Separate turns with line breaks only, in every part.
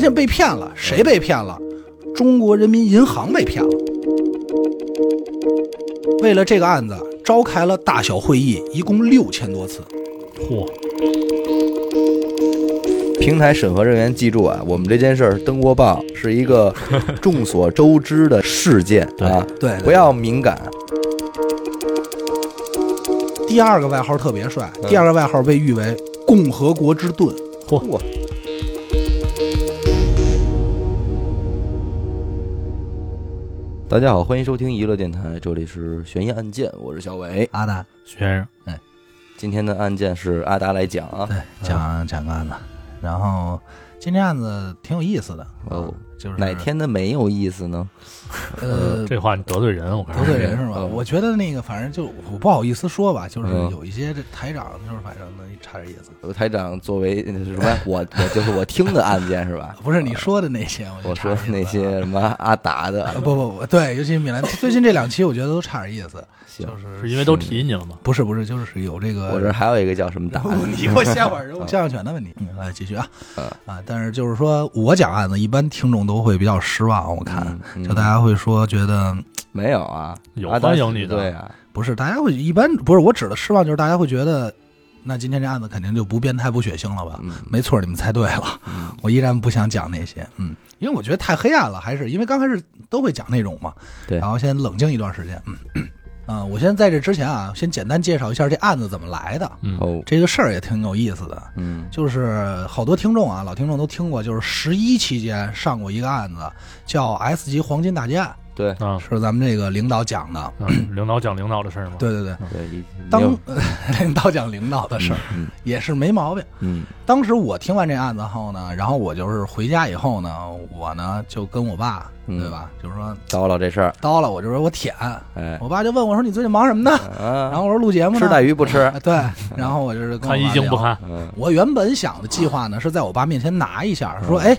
现被骗了，谁被骗了？中国人民银行被骗了。为了这个案子，召开了大小会议，一共六千多次。
嚯，
平台审核人员记住啊，我们这件事儿《登国报》啊是一 个众所周知的事件啊，
对，对
不要敏感。
第二个外号特别帅，
嗯
第二个外号被誉为“共和国之盾
嚯，大家好，欢迎收听娱乐电台，这里是悬疑案件，我是小伟”。。
阿达
学生，
今天的案件是阿达来讲啊，
对讲讲个案子，然后今天案子挺有意思的啊
哦，
就是
哪天的没有意思呢？
呃
这话你得罪人，我看
得罪人是吧？
嗯
我觉得那个反正就我不好意思说吧，就是
嗯
有一些这台长就是反正那差点意思，
呃台长作为呃什
？
么，我我就是我听的案件是吧啊
不是你说的那些，
我
我
说
觉得差点
那
意思
些什么阿达的
啊，不不不对，尤其米兰最近这两期我觉得都差点意思，
行
就，是
是因为都提你了吗？
不是不是就是有这个
嗯我这还有一个叫什么达的，
你给我下会儿肖像权的 问题。嗯来继续啊啊！但是就是说我讲案子，一般听众都会比较失望，我看
嗯嗯
就大家会说觉得
没有啊？
有
阿达
欢迎你的
对啊，
不是，大家会一般不是我指的失望，就是大家会觉得那今天这案子肯定就不变态不血腥了吧？
嗯，
没错，你们猜对了，
嗯
我依然不想讲那些，嗯，因为我觉得太黑暗了，还是因为刚开始都会讲那种嘛，
对
然后先冷静一段时间，嗯。 啊、我先在这之前啊，先简单介绍一下这案子怎么来的。
嗯，
哦，
这个事儿也挺有意思的，
嗯，
就是好多听众啊，老听众都听过，就是十一期间上过一个案子，叫 S 级黄金大劫案，
对
啊，
是咱们这个领导讲的。
嗯领导讲领导的事儿吗？，
对对对，
对，一
当
没有
领导讲领导的事儿
嗯
也是没毛病。
嗯
当时我听完这案子后呢，然后我就是回家以后呢，我呢就跟我爸，
嗯
对吧？就是说
叨唠这事儿，
叨了，我就说我舔。
哎
我爸就问我说你最近忙什 么呢？
啊，
哦然后我说录节目呢。
吃带鱼不吃？
啊对，然后我就是跟我
看一
爸
经不
聊
看，
嗯，
我原本想的计划呢，是在我爸面前拿一下，说：“
嗯
哎，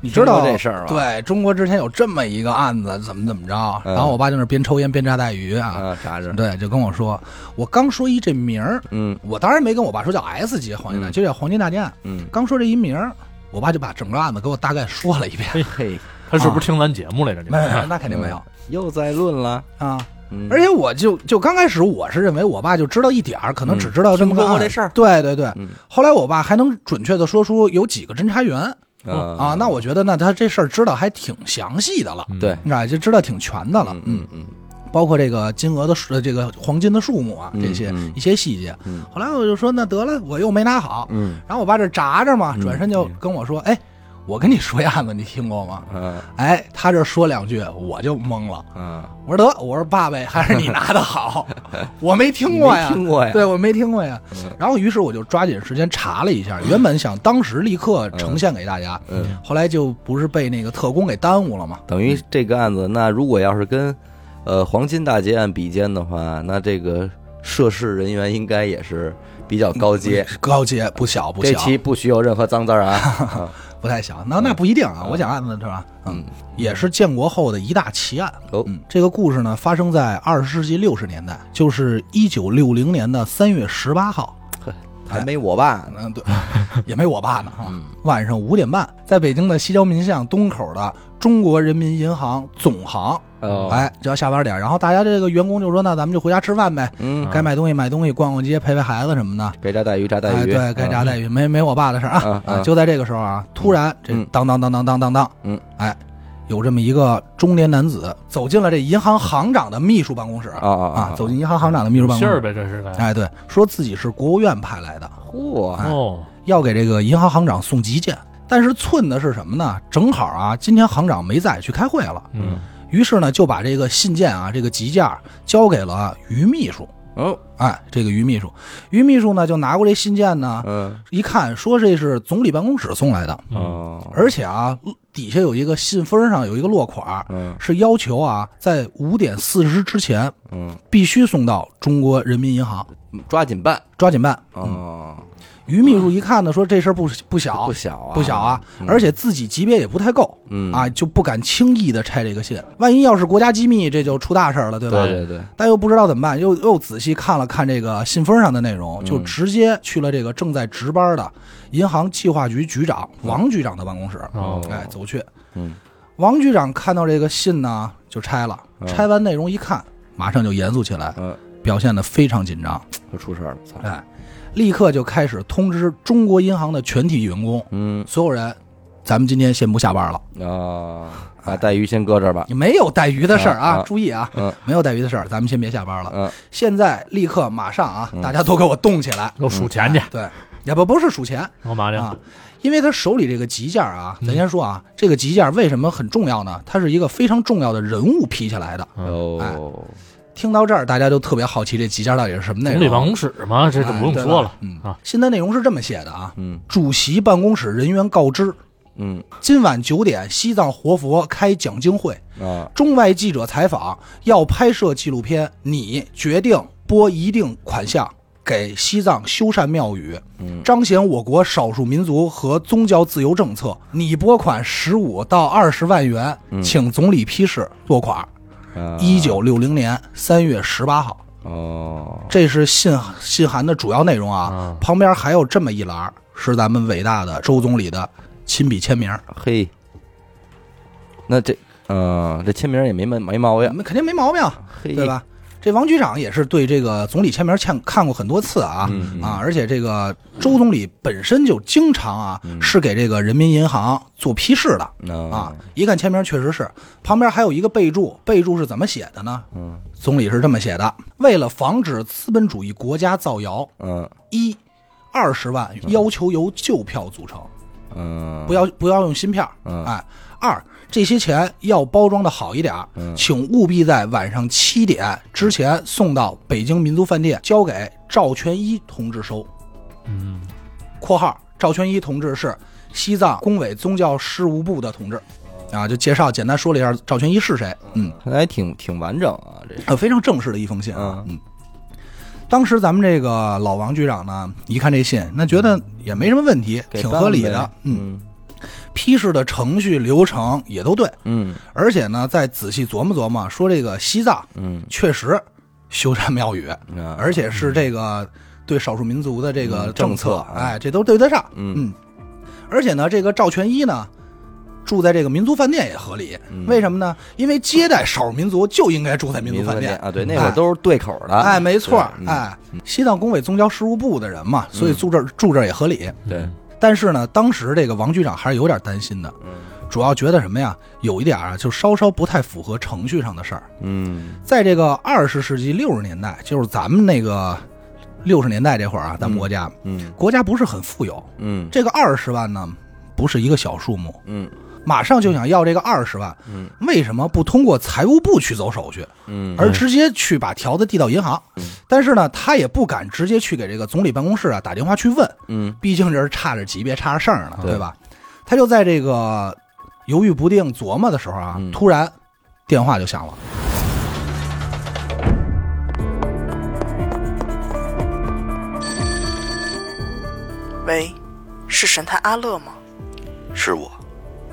你知道
听过这事儿吧
对啊中国之前有这么一个案子，怎么怎么着？”啊
嗯
然后我爸就那边抽烟边炸带鱼啊，
啊，啥事？
对，就跟我说，我刚说一这名儿，
嗯
我当然没跟我爸说叫 S 级黄金大，
嗯
就叫黄金大劫案。
嗯，
刚说这一名儿，我爸就把整个案子给我大概说了一遍，
嘿，
他是不是听咱节目来着？你
没
们
有， 那肯定没有
嗯又在论了，
啊。
哎嗯，
而且我就就刚开始我是认为我爸就知道一点儿，可能只知道这么个
嗯听说过
案
这事儿
对对对。
嗯
后来我爸还能准确的说出有几个侦查员。
嗯
啊，那我觉得那他这事儿知道还挺详细的了，
嗯
对
啊，就知道挺全的了，
嗯嗯嗯
包括这个金额的数，呃这个黄金的数目啊，
嗯
这些、
嗯
一些细节。
嗯
后来我就说，那得了，我又没拿好，
嗯
然后我爸这炸着嘛，
嗯
转身就跟我说，哎，我跟你说一案子，你听过吗？
啊
哎，他这说两句，我就懵了。
啊，
我说得，我说爸呗，还是你拿的 好，我没听过呀，
没听过呀
对我没听过呀。
嗯
然后于是我就抓紧时间查了一下，原本想当时立刻呈现给大家，
嗯，
后来就不是被那个特工给耽误了嘛？
等于这个案子，那如果要是跟呃黄金大劫案比肩的话，那这个涉事人员应该也是比较高阶。
高阶不小不
这
小，
期不许有任何脏字儿 啊！
不太小。那那不一定啊，
嗯
我讲案子是吧？嗯
嗯，
也是建国后的一大奇案。
哦
嗯，这个故事呢发生在二十世纪六十年代，就是一九六零年的三月十八号。
还没我爸呢。
嗯，对，也没我爸呢啊。
嗯
晚上五点半，在北京的西郊民巷东口的中国人民银行总行，
哦，
哎，就要下班点儿。然后大家这个员工就说：“那咱们就回家吃饭呗，
嗯，
该买东西买东西，逛逛街，陪陪孩子什么的。”
该炸带鱼炸带鱼，
哎、对，该炸
嗯
带鱼，没没我爸的事儿啊
啊啊
就在这个时候啊，突然这
嗯
当当当当当当当，
嗯，
哎，有这么一个中年男子走进了这银行行长的秘书办公室
啊啊啊！
走进银行行长的秘书办
信
公室，
儿呗，这是在
哎，对，说自己是国务院派来的，
嚯，
啊
哦，
要给这个银行行长送急件。但是寸的是什么呢？正好啊，今天行长没在，去开会了，
嗯，
于是呢就把这个信件啊，这个急件儿交给了于秘书。
哦，
哎，这个于秘书，于秘书呢就拿过这信件呢，
嗯，
一看说这是总理办公室送来的，
嗯，
哦，
而且啊，底下有一个信封上有一个落款儿，
嗯
是要求啊，在五点四十之前
嗯，
必须送到中国人民银行，
抓紧办
抓紧办。
哦，
于秘书一看呢，说这事儿不不小
不小啊，
嗯不小啊，
嗯
而且自己级别也不太够
嗯
啊，，就不敢轻易的拆这个信。万一要是国家机密，这就出大事儿了，对吧？
对对对，
但又不知道怎么办，又又仔细看了看这个信封上的内
嗯
容，就直接去了这个正在值班的银行计划局局长王局长的办公室，
哦
哎，走去。
嗯，
王局长看到这个信呢，就拆了，
嗯
拆完内容一看，马上就严肃起来，
嗯，
表现得非常紧张，
又出事儿了，操，
哎，立刻就开始通知中国银行的全体员工，
嗯
所有人，咱们今天先不下班了，
啊，把带鱼先搁这儿吧，
没有带鱼的事儿
啊
啊
啊，
注意啊，
嗯
没有带鱼的事儿，咱们先别下班了，
嗯
现在立刻马上啊
嗯，
大家都给我动起来，
又数钱去，
对，也不不是数钱
干嘛
哎啊
去？，
因为他手里这个急件啊，
嗯
咱先说啊，这个急件为什么很重要呢？它是一个非常重要的人物批下来的。
嗯
哦，
听到这儿，大家就特别好奇这急件到底是什么内
总
容。
理办公室嘛，这就
哎
不用说了。。
对吧嗯
啊，
新的内容是这么写的啊：
嗯
主席办公室人员告知，
嗯
今晚九点西藏活佛开讲经会，
啊，
中外记者采访，要拍摄纪录片，你决定拨一定款项给西藏修缮庙宇，
嗯
彰显我国少数民族和宗教自由政策。你拨款十五到二十万元，
嗯
请总理批示落款。
啊
一九六零年三月十八号，
哦，
这是信信函的主要内容啊。
啊，
旁边还有这么一栏儿，是咱们伟大的周总理的亲笔签名。
嘿，那这，嗯，这签名也没没没毛病，
肯定没毛病啊，
嘿，
对？吧？这王局长也是对这个总理签名看看过很多次啊、
嗯
啊，而且这个周总理本身就经常啊、
嗯
是给这个人民银行做批示的啊
啊，，
一看签名确实是，旁边还有一个备注，备注是怎么写的呢？
嗯
总理是这么写的：为了防止资本主义国家造谣，
嗯
一二十万要求由旧票组成，
嗯，
不要不要用新票，
嗯
哎，二这些钱要包装的好一点儿，
嗯
请务必在晚上七点之前送到北京民族饭店，交给赵全一同志收。
嗯，
（括号赵全一同志是西藏工委宗教事务部的同志）。
哦
啊，就介绍简单说了一下赵全一是谁，嗯，
看来挺挺完整啊，这是，
呃，非常正式的一封信啊
嗯，
嗯。当时咱们这个老王局长呢，一看这信，那觉得也没什么问题，
嗯给
挺
办
合理
呗
的，嗯，
嗯
批示的程序流程也都对，
嗯
而且呢，再仔细琢磨琢磨，说这个西藏
嗯
确实修缮庙宇，
啊，
而且是这个对少数民族的这个
嗯政
策，
策啊
哎，这都对得上。
嗯
嗯，而且呢，这个赵全一呢，住在这个民族饭店也合理。
嗯
为什么呢？因为接待少数民族就应该住在民
民
族
族
饭
饭店
店。
啊，对，那会儿都是对口的，
哎，没错
对，嗯嗯
哎，西藏工委宗教事务部的人嘛，所以住这儿住这儿也合理。
对，
但是呢，当时这个王局长还是有点担心的，
嗯
主要觉得什么呀？有一点啊，就稍稍不太符合程序上的事儿。
嗯
在这个二十世纪六十年代，就是咱们那个六十年代这会儿啊，咱们国家、
嗯
国家不是很富有，
嗯
这个二十万呢不是一个小数目，
嗯
马上就想要这个二十万，
嗯
为什么不通过财务部去走手续，
嗯
而直接去把条子递到银行？但是呢，他也不敢直接去给这个总理办公室啊打电话去问，
嗯
毕竟这是差着级别、差着事儿呢，
对
对吧？他就在这个犹豫不定、琢磨的时候啊，
嗯
突然电话就响了。
喂，是神探阿乐吗？
是我，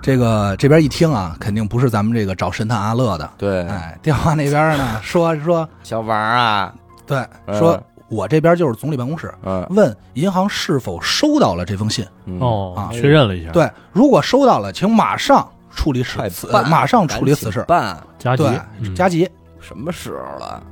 这个这边一听啊，肯定不是咱们这个找神探阿乐的。
对，
哎，电话那边 呢说说，
小王啊，
对，
嗯
说我这边就是总理办公室，
嗯
问银行是否收到了这封信。
哦
啊，
确认了一下，，
对，如果收到了，请马上处理
嗯快
此此，
办
马上处理此事。
办
加急
对，，
嗯
加急。
什么时候了？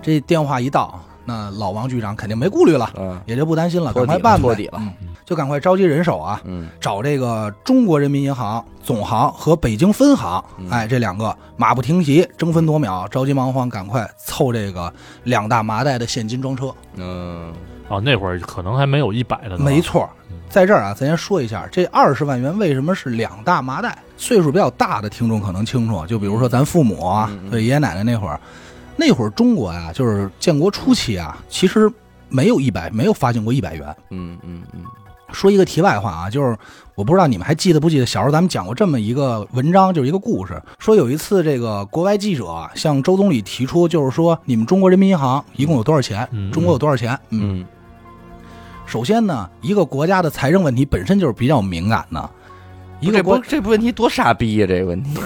这电话一到，那老王局长肯定没顾虑了，
啊，
也就不担心了，
托
赶快
底
办
托
呗
底了，
嗯就赶快召集人手啊，
嗯
找这个中国人民银行总行和北京分行，
嗯
哎，这两个马不停蹄，争分夺秒，着急忙慌，赶快凑这个两大麻袋的现金装车。
嗯
哦，那会儿可能还没有一百的呢，
没错
嗯，
在这儿啊，咱先说一下，这二十万元为什么是两大麻袋？岁数比较大的听众可能清楚，就比如说咱父母啊，
嗯
对爷爷奶奶那会儿，那会儿中国啊，就是建国初期啊，其实没有一百，没有发行过一百元。
嗯嗯嗯，
说一个题外话啊，就是我不知道你们还记得不记得，小时候咱们讲过这么一个文章，就是一个故事，说有一次这个国外记者啊向周总理提出，就是说你们中国人民银行一共有多少钱？
嗯
中国有多少钱？嗯
嗯
首先呢，一个国家的财政问题本身就是比较敏感的。一个
这
国
不这不问题多傻逼呀，这个问题，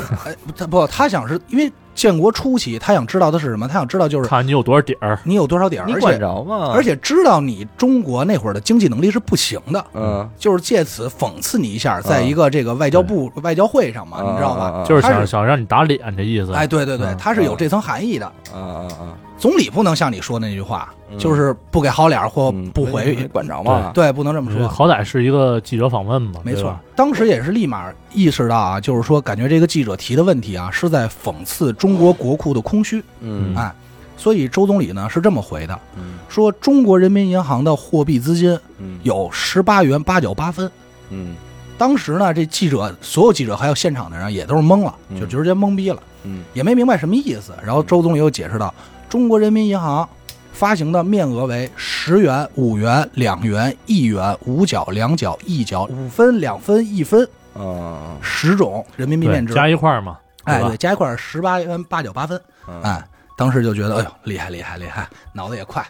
他不，他想是因为建国初期，他想知道的是什么？他想知道就是
看你有多少底儿，
你有多少点儿，
你
而
管
且
着啊吗？
而且知道你中国那会儿的经济能力是不行的，
嗯，
就是借此讽刺你一下，在
嗯
一个这个外交部外交会上嘛，
嗯
你知道吧？？
嗯
就是
他
想
是
想让你打脸这意思。
啊哎，对对对，
嗯
他是有这层含义的。
嗯嗯嗯，
总理不能像你说那句话，
嗯
就是不给好脸儿或
嗯
不回，
你管着吗？
对，不能这么
我
说。
觉得好歹是一个记者访问嘛，
没
对
错
吧，，
当时也是立马意识到啊，就是说，感觉这个记者提的问题啊，是在讽刺中国国库的空虚。
嗯
哎，所以周总理呢是这么回的，
嗯
说中国人民银行的货币资金
嗯
有十八元八角八分。
嗯
当时呢，这记者所有记者还有现场的人也都是懵了，
嗯
就直接懵逼了，
嗯
也没明白什么意思。然后周总理又解释到，中国人民银行。发行的面额为十元、五元、两元、一元、五角、两角、一角、五分、两分、一分，
嗯
十种人民币
对
面，值，
加一块儿嘛，
哎，
对吧
对，加一块儿十八元八角八分，
嗯
哎，当时就觉得，哎呦，厉害厉害厉害，脑子也快，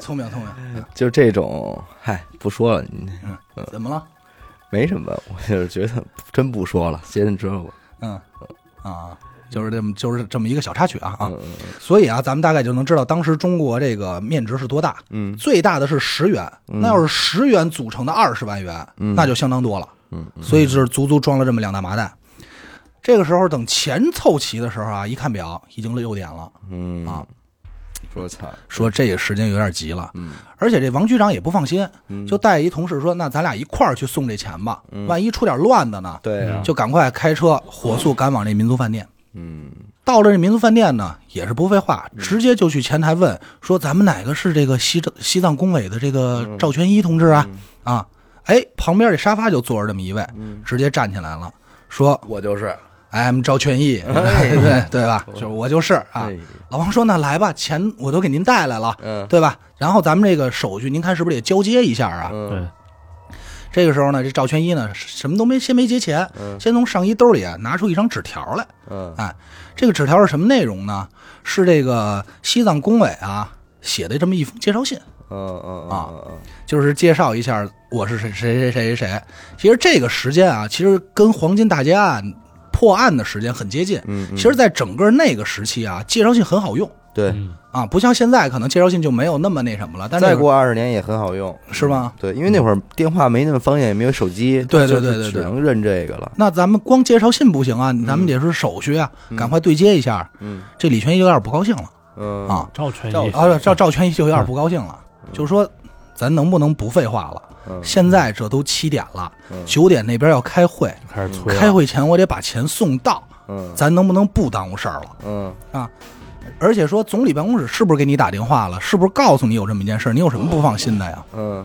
聪明聪明，
就这种，嗨，不说了，你
嗯怎么了？
没什么，我就是觉得真不说了，歇着之后吧。
嗯，啊，就是这么就是这么一个小插曲啊啊，
嗯嗯
所以啊，咱们大概就能知道当时中国这个面值是多大，
嗯
最大的是十元，那要是十元组成的二十万元，
嗯
那就相当多了，
嗯嗯
所以就是足足装了这么两大麻袋。这个时候等钱凑齐的时候啊，一看表已经六点了，
嗯
啊，
说操，
说这个时间有点急了，
嗯
而且这王局长也不放心，
嗯
就带一同事说：“那咱俩一块儿去送这钱吧，
嗯
万一出点乱子呢，
对啊，
就赶快开车火速赶往这民族饭店。
嗯
到了这民族饭店呢，也是不废话，直接就去前台问说：‘咱们哪个是这个西藏西藏工委的这个
嗯
赵全一同志啊？’啊，哎，旁边这沙发就坐着这么一位，
嗯
直接站起来了，说哎
我就是，
：‘I'm 赵全一，对 对对吧？就是我就是啊。’
哦哎
老王说：‘那来吧，钱我都给您带来了，
嗯
对吧？然后咱们这个手续，您看是不是得交接一下啊？’
嗯
对，
这个时候呢，这赵全一呢，什么都没，先没结钱，
嗯
先从上衣兜里啊拿出一张纸条来。哎
嗯
这个纸条是什么内容呢？是这个西藏工委啊写的这么一封介绍信，
嗯嗯啊
就是介绍一下我是谁谁谁谁谁谁。其实这个时间啊，其实跟黄金大劫案破案的时间很接近。
嗯，
其实，在整个那个时期啊，介绍信很好用
对，
嗯，
啊，不像现在可能介绍信就没有那么那什么了。但是
再过二十年也很好用，嗯
是吗？
对，因为那会儿电话没那么方便，也没有手机，
对对对
就是
对对
只能认这个了。
那咱们光介绍信不行啊，咱们得是手续啊，赶快对接一下。
嗯
这李全一有点不高兴了。
嗯
啊，
赵全
赵嗯
一，
啊，赵赵全一就有点不高兴了，就说咱能不能不废话了？
嗯
现在这都七点了
嗯，
九点那边要开会，
开始催了，
开会前我得把钱送到，
嗯
咱能不能不耽误事儿了？
嗯
而且说总理办公室是不是给你打电话了？是不是告诉你有这么一件事儿？你有什么不放心的呀？
嗯，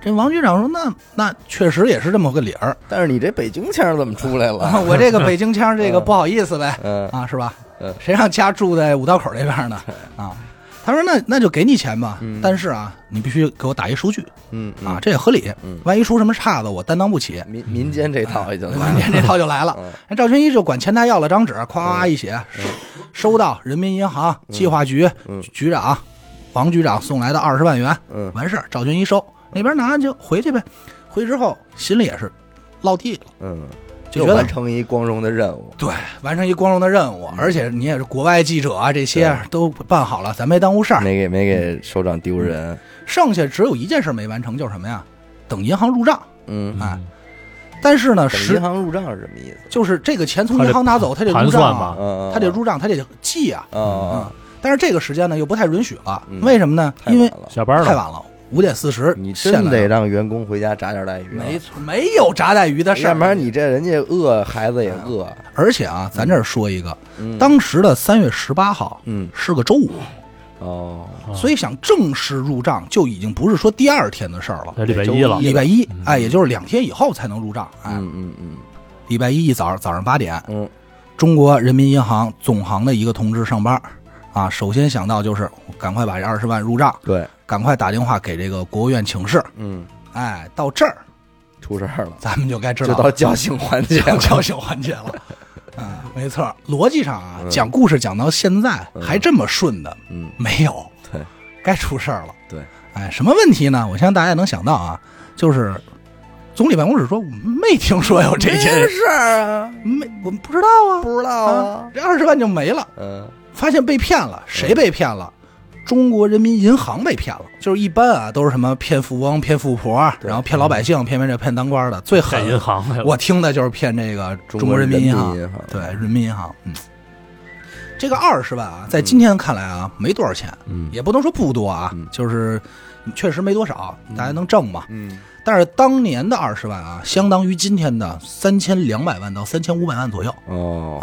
这王局长说：“那那确实也是这么个理儿，
但是你这北京腔儿怎么出来了？
我这个北京腔，这个不好意思呗，
嗯
啊，是吧？
嗯
谁让家住在五道口那边呢？啊，他说那那就给你钱吧，但是啊，你必须给我打一数据，
嗯
啊，这也合理。万一出什么岔子，我担当不起。
民民间这套已经来
明
了
天这套就来了
嗯，
那赵全一就管前台要了张纸，咵一写，收收到人民银行计划局
嗯
局长王局长送来的二十万元，
嗯
完事儿，赵全一收，那边拿就回去呗。回去之后心里也是落地了，
嗯，
就
就
觉得
完成一光荣的任务。
对完成一光荣的任
嗯
务，而且你也是国外记者啊，这些都办好了，咱没耽误事儿。
没给没给首长丢人，
剩下只有一件事没完成，就是什么呀？等银行入账。
嗯，
哎，但是呢，
等
实
银行入账是什么意思？
就是这个钱从
他得
银行拿走，他得入
盘
账
算
啊
吧，
嗯，
他得入账，他得记啊。
啊，
但是这个时间呢又不太允许了，
嗯
为什么呢？
太
因
晚
为
了，
下班
太
了，
晚了，五点四十，
你
限
嗯真
了
得让员工回家炸点带鱼啊，
没错，没有炸带鱼的事
要
儿
不。然你这人家饿，孩子也饿。
而且啊，咱这儿说一个，
嗯
当时的三月十八号
嗯
是个周五，
哦，
啊
所以想正式入账就已经不是说第二天的事儿了，
在礼拜一了，嗯
礼拜一，哎，也就是两天以后才能入账。哎，
嗯嗯嗯
礼拜一一早早上八点，
嗯，
中国人民银行总行的一个同志上班，啊，首先想到就是赶快把这二十万入账，
对，
赶快打电话给这个国务院请示。
嗯，
哎，到这儿
出事儿了，
咱们就该知
就
道。
到叫醒环节了
叫醒环节了。啊，没错，逻辑上啊，
嗯
讲故事讲到现在还这么顺的，
嗯，
没有，
对，
该出事儿了。
对，
哎，什么问题呢？我相信大家能想到啊，就是总理办公室说没听说有这件事，
事儿啊，
没，我们不知道啊，
不知道
啊，。这二十万就没了，
嗯
发现被骗了，谁被骗了？中国人民银行被骗了，就是一般啊，都是什么骗富翁、骗富婆，
对
然后骗老百姓、骗骗这骗当官的，最
在
狠。
银行来了，
我听的就是骗这个中国人民银
啊
行，对，人民银行，嗯，这个二十万啊，在今天看来啊，没多少钱，
嗯
也不能说不多啊
嗯，
就是确实没多少，大家能挣嘛。
嗯，
但是当年的二十万啊，相当于今天的三千两百万到三千五百万左右，
哦，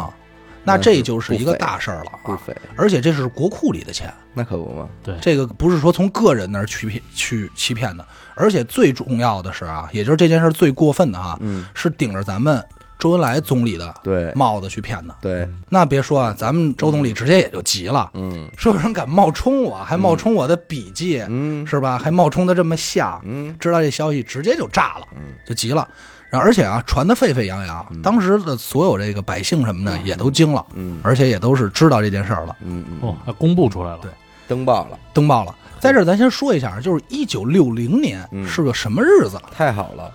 那
那
这
是
就是一
不
个
菲
大事儿了
不
啊！
菲，
而且这是国库里的钱，
那可不嘛，
这个不是说从个人那儿去
嗯
骗去欺骗的，而且最重要的是啊，也就是这件事儿最过分的啊，
嗯，
是顶着咱们周恩来总理的
对
帽子去骗的。
对，
那别说啊，咱们周总理直接也就急了，
嗯
说有人敢冒充我，还冒充我的笔记，
嗯
是吧？还冒充的这么像，
嗯
知道这消息直接就炸了，
嗯
就急了。然后而且啊，传的沸沸扬扬，当时的所有这个百姓什么的也都惊了，
嗯
而且也都是知道这件事儿了，
嗯
哦
嗯，，
还公布出来了，
对
登报了，
登报了。在这儿咱先说一下，就是一九六零年
嗯
是个什么日子？
太好了。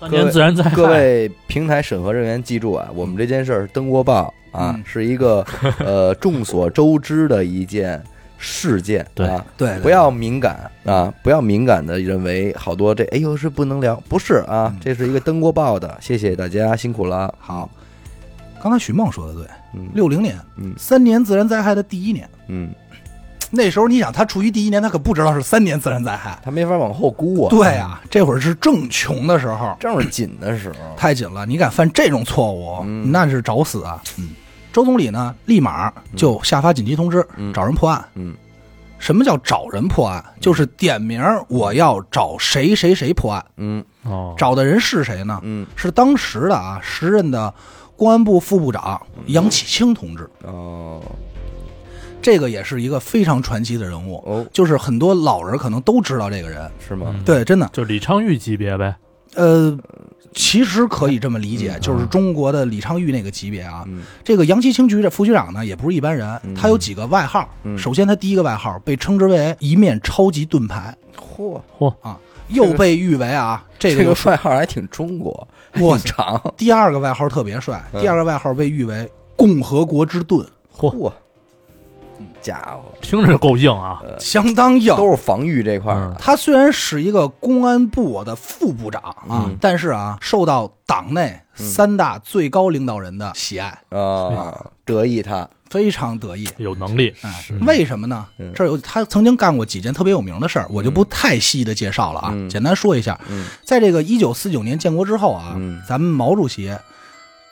三年自然灾 害，
各位平台审核人员记住啊，我们这件事儿登过报啊，
嗯
是一个呃众所周知的一件事件
对
啊。
对，对
不要敏感啊！不要敏感的认为好多这哎呦是不能聊，不是啊
嗯，
这是一个登过报的，谢谢大家辛苦了。
好。刚才许梦说的对，
嗯，
六零年，
嗯
三年自然灾害的第一年，
嗯，
那时候你想，他处于第一年，他可不知道是三年自然灾害。
他没法往后估啊，
对啊，这会儿是正穷的时候，
正是紧的时候，
太紧了，你敢犯这种错误，
嗯
那是找死啊！嗯，周总理呢，立马就下发紧急通知，
嗯
找人破案。
嗯，
什么叫找人破案？就是点名，我要找谁谁谁破案。
嗯
哦，
找的人是谁呢？
嗯
是当时的啊，时任的公安部副部长
嗯
杨启清同志，
哦
这个也是一个非常传奇的人物，
哦，
就是很多老人可能都知道这个人。
是吗？
嗯
对，真的，
就李昌钰级别呗，
呃，其实可以这么理解，就是中国的李昌钰那个级别啊。
嗯
这个杨奇清局长副局长呢，也不是一般人，
嗯
他有几个外号。
嗯
首先，他第一个外号被称之为“一面超级盾牌
嚯，”
啊，又被誉为 啊这
这
个
个
就
外号还挺中国，
哇
挺长，
第二个外号特别帅，
嗯
第二个外号被誉为“共和国之盾
嚯，
嚯，家伙，
听着够硬啊，”，
相当硬。
嗯都是防御这块儿啊的，
他虽然是一个公安部的副部长啊，
嗯
但是啊，受到党内三大最高领导人的喜爱，
啊，得意他，
非常得意。
有能力，
哎，为什么呢
嗯？
这儿有他曾经干过几件特别有名的事儿，我就不太细的介绍了啊，
嗯
简单说一下。
嗯
在这个一九四九年建国之后啊，
嗯
咱们毛主席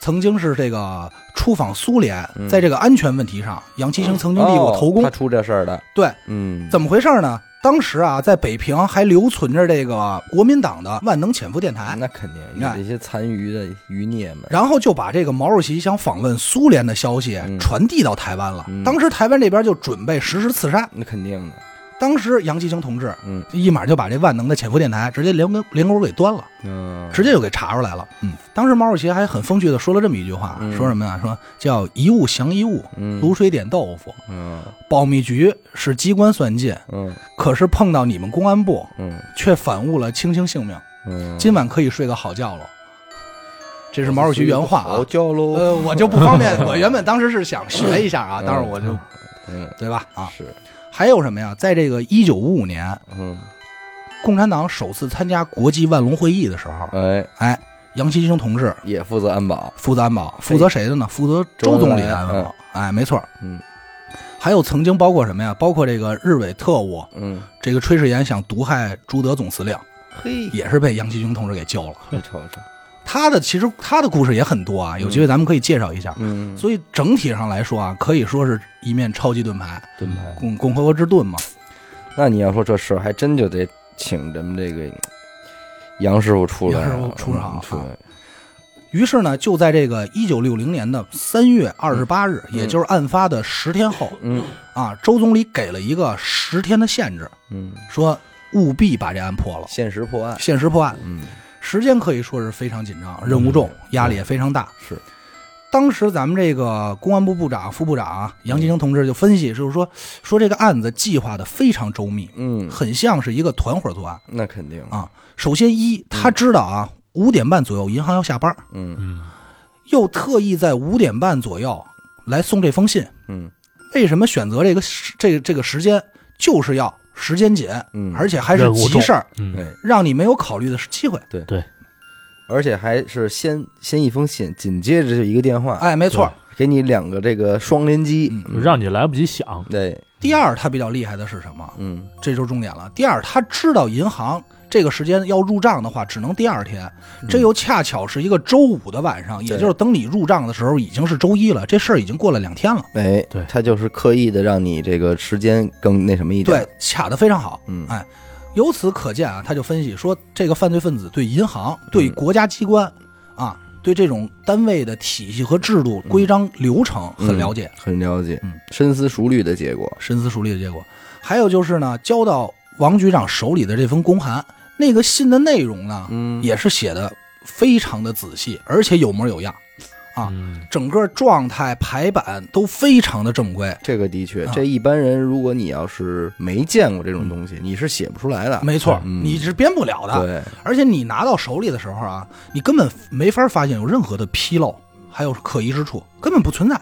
曾经是这个出访苏联，
嗯
在这个安全问题上，杨奇行曾经立过头功。
哦他出这事儿的，
对，
嗯，
怎么回事呢？当时啊，在北平还留存着这个国民党的万能潜伏电台，
那肯定，
你
你
看
这些残余的余孽们，
然后就把这个毛主席想访问苏联的消息
嗯
传递到台湾了。
嗯
当时台湾这边就准备实施刺杀，
那肯定的，
当时杨奇行同志，
嗯，
一马就把这万能的潜伏电台直接连根连钩给端了，
嗯，
直接就给查出来了。嗯，当时毛主席还很风趣的说了这么一句话，
嗯
说什么呀？说叫一物降一物，
嗯
卤水点豆腐。
嗯
保密局是机关算尽，
嗯
可是碰到你们公安部，
嗯
却反误了卿卿性命。
嗯，
今晚可以睡个好觉喽。这是毛主席原话啊
好。叫喽，
呃，我就不方 便，我原本当时是想学一下啊，
嗯
当然我就
嗯
对吧？啊，
是，
还有什么呀？在这个一九五五年，
嗯，
共产党首次参加国际万隆会议的时候，
哎，
哎，杨奇兴同志
也负责安保，
负责安保，负责谁的呢？负责周总理的安
周恩
保。哎，没错。
嗯，
还有曾经包括什么呀？包括这个日伪特务，
嗯，
这个炊事员想毒害朱德总司令，
嘿，
也是被杨其军同志给救了。
你瞅瞅，
他的其实他的故事也很多啊，有机会咱们可以介绍一下。
嗯，
所以整体上来说啊，可以说是一面超级盾牌，
盾牌。
共共和国之盾嘛。
那你要说这事儿，还真就得请咱们这个杨师傅出来啊，
杨师傅出场啊
嗯出来，
于是呢，就在这个一九六零年的三月二十八日，
嗯
也就是案发的十天后
嗯
啊，周总理给了一个十天的限制，
嗯，
说务必把这案破了，
限时破案，
限时破案。
嗯
时间可以说是非常紧张，任务重，压力也非常大。
是，
当时咱们这个公安部部长、副部长啊杨继兴同志就分析，就是说说这个案子计划的非常周密，
嗯，
很像是一个团伙作案。
那肯定，
首先一，他知道啊，五点半左右银行要下班，
嗯
嗯，
又特意在五点半左右来送这封信。
嗯
为什么选择这个时这个这个时间？就是要时间紧，
嗯，
而且还是
任务
急
重
事儿，
嗯，
哎，
让你没有考虑的机会。
而且还是先先一封信，紧接着就一个电话，
哎，没错儿。
给你两个这个双连击，
嗯
就让你来不及想，
对，
第二，他比较厉害的是什么？
嗯
这就是重点了。第二，他知道银行这个时间要入账的话，只能第二天，
嗯
这又恰巧是一个周五的晚上，也就是等你入账的时候已经是周一了，这事儿已经过了两天了。
哎，
对
他就是刻意的让你这个时间更那什么一点，
对，卡得非常好。
嗯
哎，由此可见啊，他就分析说，这个犯罪分子对银行、对
嗯
国家机关啊，对这种单位的体系和制度、
嗯
规章流程很了解，
很了解，
嗯
深思熟虑的结果，
深思熟虑的结果。还有就是呢，交到王局长手里的这封公函，那个信的内容呢，
嗯
也是写的非常的仔细，而且有模有样，啊
嗯，
整个状态排版都非常的正规。
这个的确，
啊
这一般人如果你要是没见过这种东西，你是写不出来的。
嗯没错，
嗯
你是编不了的。
对，
而且你拿到手里的时候啊，你根本没法发现有任何的纰漏，还有可疑之处，根本不存在。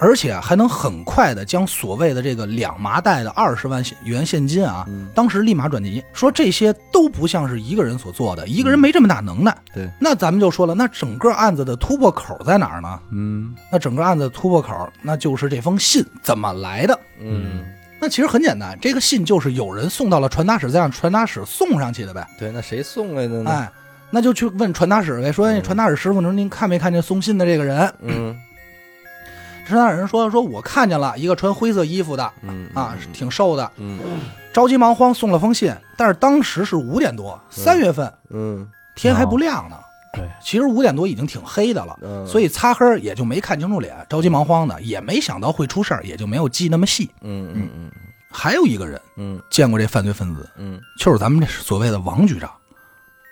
而且啊还能很快的将所谓的这个两麻袋的二十万元现金啊，
嗯
当时立马转移，说这些都不像是一个人所做的，一个人没这么大能耐。
嗯对，
那咱们就说了，那整个案子的突破口在哪儿呢？
嗯
那整个案子的突破口，那就是这封信怎么来的。
嗯，
那其实很简单，这个信就是有人送到了传达室，再让传达室送上去的呗。
对，那谁送来的呢？
哎，那就去问传达室呗，说哎
嗯
传达室师傅，您您看没看见送信的这个人？
嗯
传达室人说说我看见了一个穿灰色衣服的
嗯
啊，挺瘦的，
嗯
着急忙慌送了封信，但是当时是五点多，三月份
嗯
天还不亮呢。
对，
其实五点多已经挺黑的了，
哦嗯，
所
以
以擦黑儿也就没看清楚脸，着急忙慌的，也没想到会出事儿，也就没有记那么细。
嗯嗯
还有一个人
嗯
见过这犯罪分子，
嗯
就是咱们这所谓的王局长，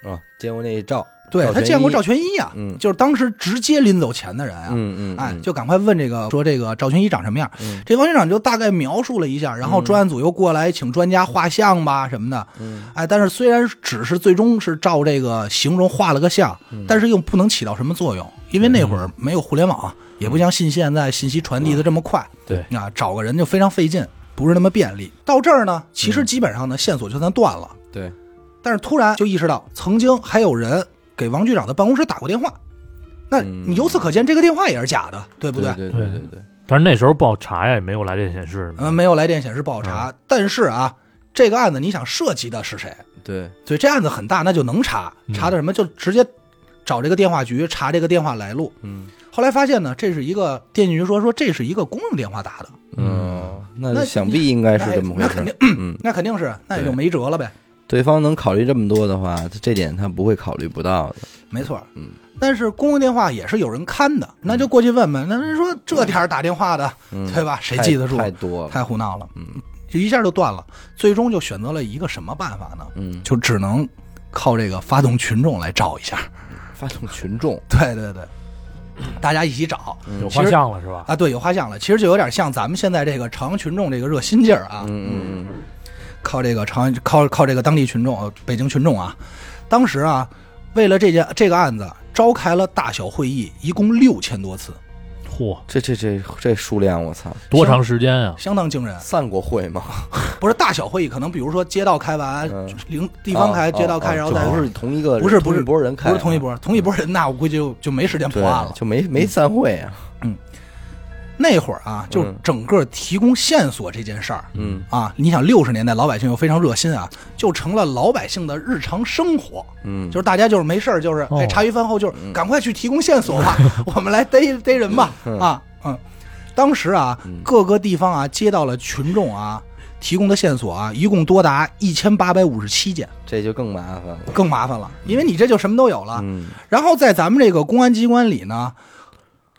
嗯啊，见过那照，
对
赵
他
全
见过
一
赵全一啊，
嗯
就是当时直接临走前的人啊，
嗯嗯，
哎，
嗯
就赶快问这个说这个赵全一长什么样。
嗯
这王局长就大概描述了一下，然后
嗯
专案组又过来请专家画像吧什么的，
嗯
哎，但是虽然只是最终是照这个形容画了个像，
嗯
但是又不能起到什么作用，因为那会儿没有互联
嗯
网，也不像信现在信息传递的这么快，
对
啊，找个人就非常费劲，不是那么便利。到这儿呢，其
嗯
实基本上呢线索就算断了，
对，
但是突然就意识到，曾经还有人给王局长的办公室打过电话。那
嗯
你由此可见，这个电话也是假的，对不
对对对对对，
但是那时候不好查呀，也没有来电显示呢，
嗯，没有来电显示不好
嗯
查，但是啊，这个案子你想涉及的是谁？
对，
对，这案子很大，那就能查，
嗯
查的什么就直接找这个电话局查这个电话来路。
嗯
后来发现呢，这是一个电信局说说这是一个公用电话打的，
嗯，那
那
想必应该是
哎
这么回
那
事
肯
儿
定，
嗯，
那肯定是，那也就
对
没辙了呗。
对方能考虑这么多的话，这点他不会考虑不到的，
没错儿，
嗯
但是公用电话也是有人看的，那就过去问问。那人说这点儿打电话的，
嗯，
对吧？谁记得住？
太太多了，
太胡闹了，
嗯，
就一下就断了。最终就选择了一个什么办法呢？
嗯，
就只能靠这个发动群众来找一下。
发动群众，
对对对，大家一起找
嗯
有画像了是吧？
啊，对，有画像了。其实就有点像咱们现在这个朝阳群众这个热心劲儿啊，
嗯嗯
靠这个朝阳，靠靠这个当地群众，呃北京群众啊。当时啊，为了这件这个案子，召开了大小会议，一共六千多次，
嚯，
这这这这数量，我操！
多长时间啊？
相当惊人。
散过会吗？
不是大小会议，可能比如说街道开完
嗯，
零地方开，
啊
街道
啊
开，
啊
然后
就
再
不是同一个，
不是不
同
是
一拨人开，啊
不是同一，波，同一波人，那我估计就就没时间破
对
案了，。
就没没散会啊。
那会儿啊，就是
嗯
整个提供线索这件事儿
嗯
啊，你想六十年代老百姓又非常热心啊，就成了老百姓的日常生活。
嗯，
就是大家就是没事儿，就是
哦
哎，茶余饭后就是赶快去提供线索吧，
嗯
我们来逮逮人吧啊，嗯，当时啊
嗯，
各个地方啊接到了群众啊提供的线索啊，一共多达一千八百五十七件，
这就更麻烦了。
更麻烦了，因为你这就什么都有了。
嗯
然后在咱们这个公安机关里呢，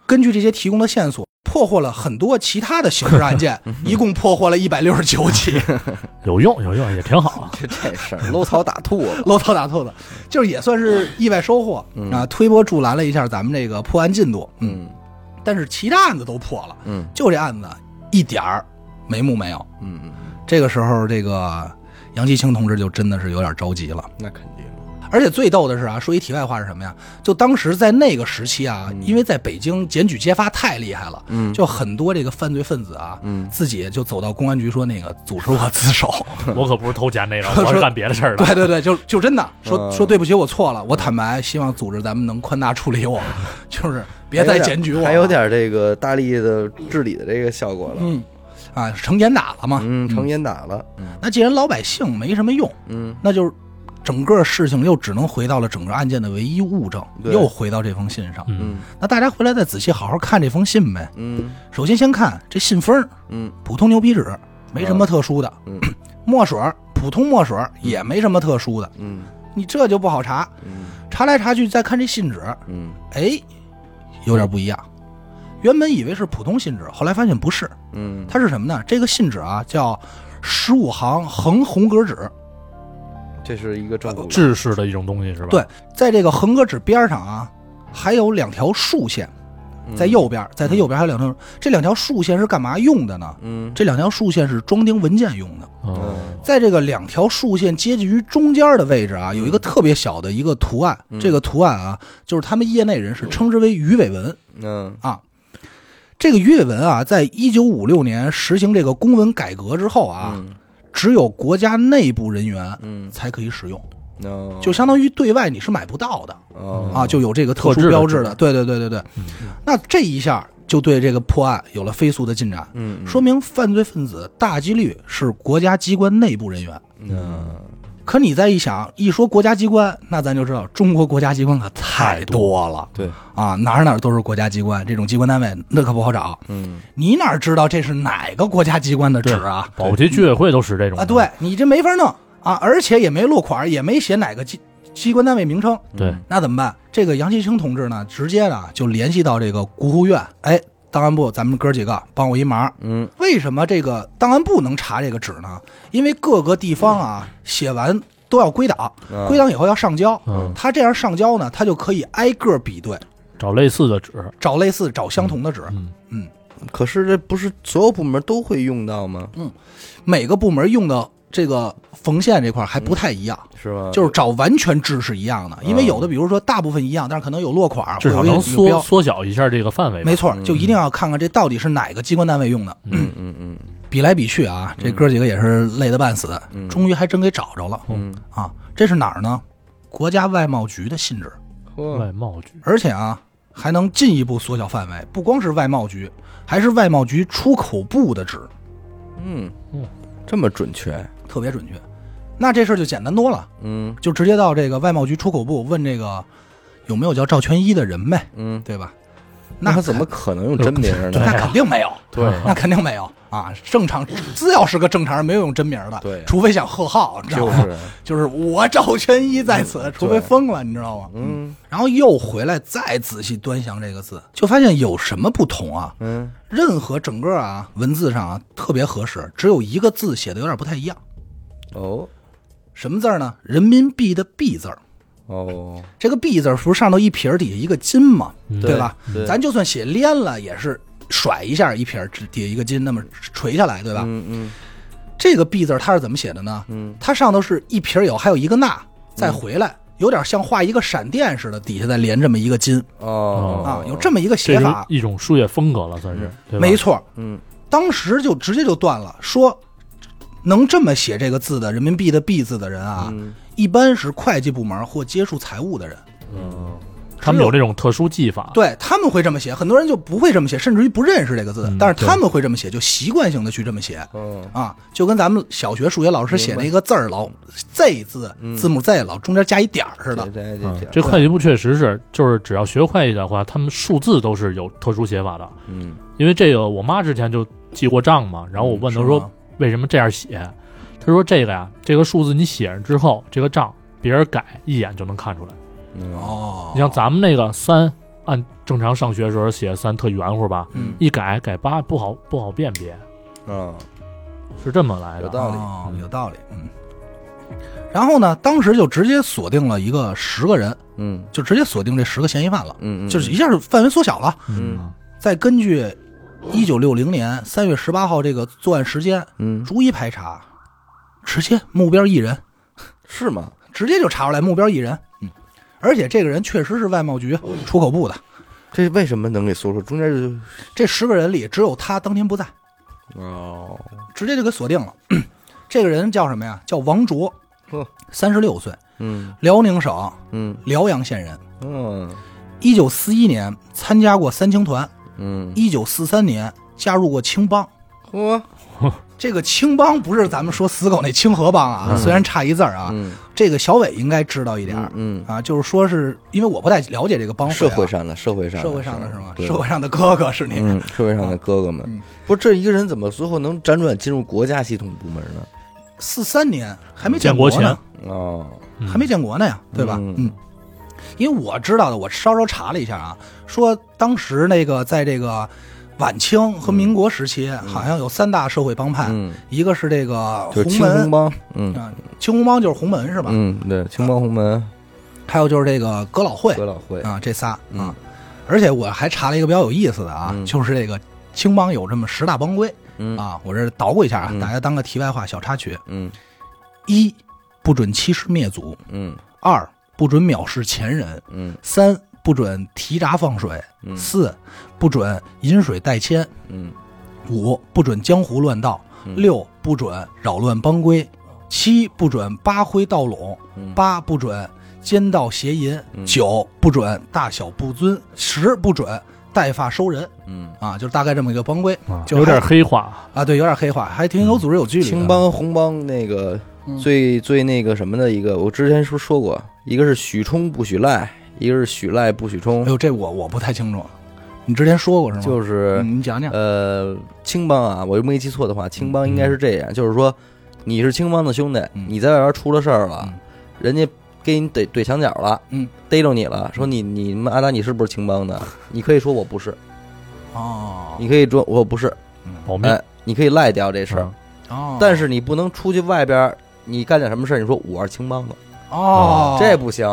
根据这些提供的线索。破获了很多其他的刑事案 件，
嗯
一共破获了一百六十九起，
有用有用，也挺 好。
这这事儿搂草打兔 了。
搂草打兔子，就是也算是意外收获、
嗯
啊，推波助澜了一下咱们这个破案进度。
嗯
但是其他案子都破了，
嗯
就这案子一点儿眉目没有。
嗯嗯，
这个时候，这个杨继清同志就真的是有点着急了。
那肯定。
而且最逗的是啊，说一题外话是什么呀？就当时在那个时期啊，因为在北京检举揭发太厉害了，
嗯
就很多这个犯罪分子啊，
嗯
自己就走到公安局说那个组织我自 首。
我可不是偷钱那个，
说
我是干别的事儿的。
对对对，就就真的说
嗯
说对不起，我错了，我坦白，希望组织咱们能宽大处理 我，就是别
还有
再
点
检举我了，
还有点这个大力的治理的这个效果了。
嗯啊，成严打了嘛。
嗯，成烟打了。嗯
那既然老百姓没什么用，
嗯
那就是整个事情又只能回到了整个案件的唯一物证，
对
又回到这封信上。
嗯
嗯
那大家回来再仔细好好看这封信呗。
嗯
首先先看这信封儿，
嗯
普通牛皮纸，没什么特殊的。
嗯
墨水儿普通墨水儿也没什么特殊的，
嗯
你这就不好查。
嗯
查来查去再看这信纸，
嗯
哎，有点不一样。原本以为是普通信纸，后来发现不是，
嗯，
它是什么呢？这个信纸啊叫十五行横红格纸，
这是一个政
哦
府
制式的一种东西是吧？
对在这个横格纸边上啊，还有两条竖线，
嗯
在右边，在它右边还有两条，这两条竖线是干嘛用的呢？
嗯
这两条竖线是装订文件用的。
嗯，
在这个两条竖线接近于中间的位置啊，有一个特别小的一个图案，
嗯
这个图案啊，就是他们业内人士称之为鱼尾纹
嗯
啊。这个鱼尾纹啊，在一九五六年实行这个公文改革之后啊，只有国家内部人员
嗯
才可以使用，
嗯，
就相当于对外你是买不到的。
啊
啊，就有这个特
特
殊
制的
标
制
志的。对对对对对，
嗯
那这一下就对这个破案有了飞速的进展，
嗯
说明犯罪分子大几率是国家机关内部人员。
嗯
可你再一想，一说国家机关，那咱就知道中国国家机关可太多了
对
啊，哪儿哪儿都是国家机关，这种机关单位那可不好找。
嗯
你哪知道这是哪个国家机关的纸啊？
保不齐居委会都使这种
啊，对你这没法弄啊，而且也没落款，也没写哪个机机关单位名称。
对，
那怎么办？这个杨继清同志呢，直接呢就联系到这个国务院，哎，档案部，咱们哥几个帮我一忙。
嗯
为什么这个档案部能查这个纸呢？因为各个地方啊，写完都要归档，
嗯
归档以后要上交。
嗯
他这样上交呢，他就可以挨个比对，
找类似的纸，
找类似、找相同的纸。
嗯
可是这不是所有部门都会用到吗？
嗯每个部门用的这个缝线这块还不太一样，
是吧？
就是找完全制是一样的。因为
嗯
有的，比如说大部分一样，但是可能有落款，
至少
啊会有
能
一有标
缩缩小一下这个范围吧。
没错，就一定要看看这到底是哪个机关单位用的。
嗯嗯嗯
比来比去啊，这哥几个也是累得半死，终于还真给找着了
嗯，
啊！这是哪儿呢？国家外贸局的信纸，
嚯，
外贸局
而且啊，还能进一步缩小范围，不光是外贸局，还是外贸局出口部的纸，
嗯
嗯
这么准确，
特别准确。那这事儿就简单多了，
嗯
就直接到这个外贸局出口部问这个有没有叫赵全一的人呗，
嗯，
对吧？
那他
肯
怎么可能用真名呢？
那肯定没有，
对
那肯定没有啊！正常，只要是个正常人，没有用真名的，
对
除非想贺号，你知道
就
吗？
是
就是我赵全一在此，除非疯了，你知道吗？
嗯
然后又回来再仔细端详这个字，就发现有什么不同啊？
嗯
任何整个啊文字上啊特别合适，只有一个字写的有点不太一样。
哦
什么字儿呢？人民币的币字儿，
哦，
这个币字儿不是上头一撇儿底下一个金吗？
嗯
对吧？
对
咱就算写连了，也是甩一下一撇儿底下一个金，那么垂下来，对吧？
嗯嗯
这个“币”字儿它是怎么写的呢？
嗯，
它上头是一撇儿有，还有一个“捺”，再回来，有点像画一个闪电似的，底下再连这么一个金
哦
啊，有这么一个
这
写
是
法，
一种书业风格了，算是对吧
没错。
嗯
当时就直接就断了，说能这么写这个字的人民币的“币”字的人啊，
嗯
一般是会计部门或接触财务的人，
嗯，他们有这种特殊技法，
对他们会这么写，很多人就不会这么写，甚至于不认识这个字，
嗯
但是他们会这么写，就习惯性的去这么写
嗯
啊，就跟咱们小学数学老师写那个字儿老 Z 字
嗯
字母 Z 老中间加一点儿似的啊
这，这
嗯
这
这会计部确实是，就是只要学会计的话，他们数字都是有特殊写法的。
嗯，
因为这个，我妈之前就记过账嘛，然后我问她
嗯是
说
吗
为什么这样写，她说这个呀，这个数字你写上之后，这个账别人改一眼就能看出来。
嗯
哦，
你像咱们那个三，按正常上学的时候写三特圆乎吧，
嗯
一改改八不好不好辨别，
嗯
是这么来
有
的。
道理
哦
嗯
有道理，嗯。然后呢，当时就直接锁定了一个十个人，
嗯
就直接锁定这十个嫌疑犯了，
嗯，
就是一下就范围缩小了。
嗯
再根据一九六零年三月十八号这个作案时间
嗯
逐一排查，直接目标一人，
是吗？
直接就查出来目标一人。嗯，而且这个人确实是外贸局出口部的。
这为什么能给搜出？中间就
这十个人里只有他当天不在，
哦，
直接就给锁定了。 这个人叫什么呀？叫王卓
呵，
三十六岁，
哦嗯
辽宁省
嗯
辽阳县人。
嗯
一九四一年参加过三青团，
嗯，
一九四三年加入过青帮。
嚯，
这个青帮不是咱们说死狗那清河帮啊，虽然差一字儿啊，
嗯
这个小伟应该知道一点儿、
嗯，
啊，就是说是因为我不太了解这个帮
社
会
会
啊、
上的社会上
社会上的是吗？
对
社会上的哥哥是你，
嗯，社会上的哥哥们
嗯，
不是这一个人怎么最后能辗转进入国家系统部门呢？
四三年还没
建
国
国
呢，
哦，
嗯
还没建国呢呀，对吧？
嗯
嗯。因为我知道的，我稍稍查了一下啊，说当时那个在这个晚清和民国时期，好像有三大社会帮派，
嗯，
一个是这个
就是
红
青红
门
帮，嗯
啊，青红帮就是红门啊是吧？
嗯，对，青帮红门
还有就是这个哥老会
哥老会，
啊，这仨啊、
嗯
而且我还查了一个比较有意思的啊，
嗯
就是这个青帮有这么十大帮规
嗯
啊，我这捣鼓一下啊，
嗯
大家当个题外话小插曲：
嗯
一不准欺师灭祖，
嗯
二不准藐视前人，
嗯
三不准提闸放水，
嗯
四不准饮水代铅，
嗯
五不准江湖乱道，
嗯
六不准扰乱帮规，七不准扒灰盗垄，
嗯
八不准奸盗邪淫，
嗯
九不准大小不尊，十不准带发收人
嗯，
啊，就是大概这么一个帮规
啊
就
有点
还
黑化，
啊，对，有点黑化，还挺有组织有纪律的。
嗯青帮红帮那个
嗯
最最那个什么的一个，我之前是不是说过，一个是许冲不许赖，一个是许赖不许冲
哎，呦，这我我不太清楚，你之前说过是吗？嗯
就是是
你讲讲，
呃，青帮啊，我又没记错的话，青帮应该是这样，就是说你是青帮的兄弟，
嗯
你在外边出了事儿了
嗯，
人家给你怼怼墙角了，
嗯，
逮着你了，说你你们阿达你是不是青帮的？你可以说我不是，
哦嗯
你可以说我不是，
保密
哎，你可以赖掉这事儿
嗯，
哦，
但是你不能出去外边儿。你干点什么事儿？你说我是青帮的，
哦，
这不行。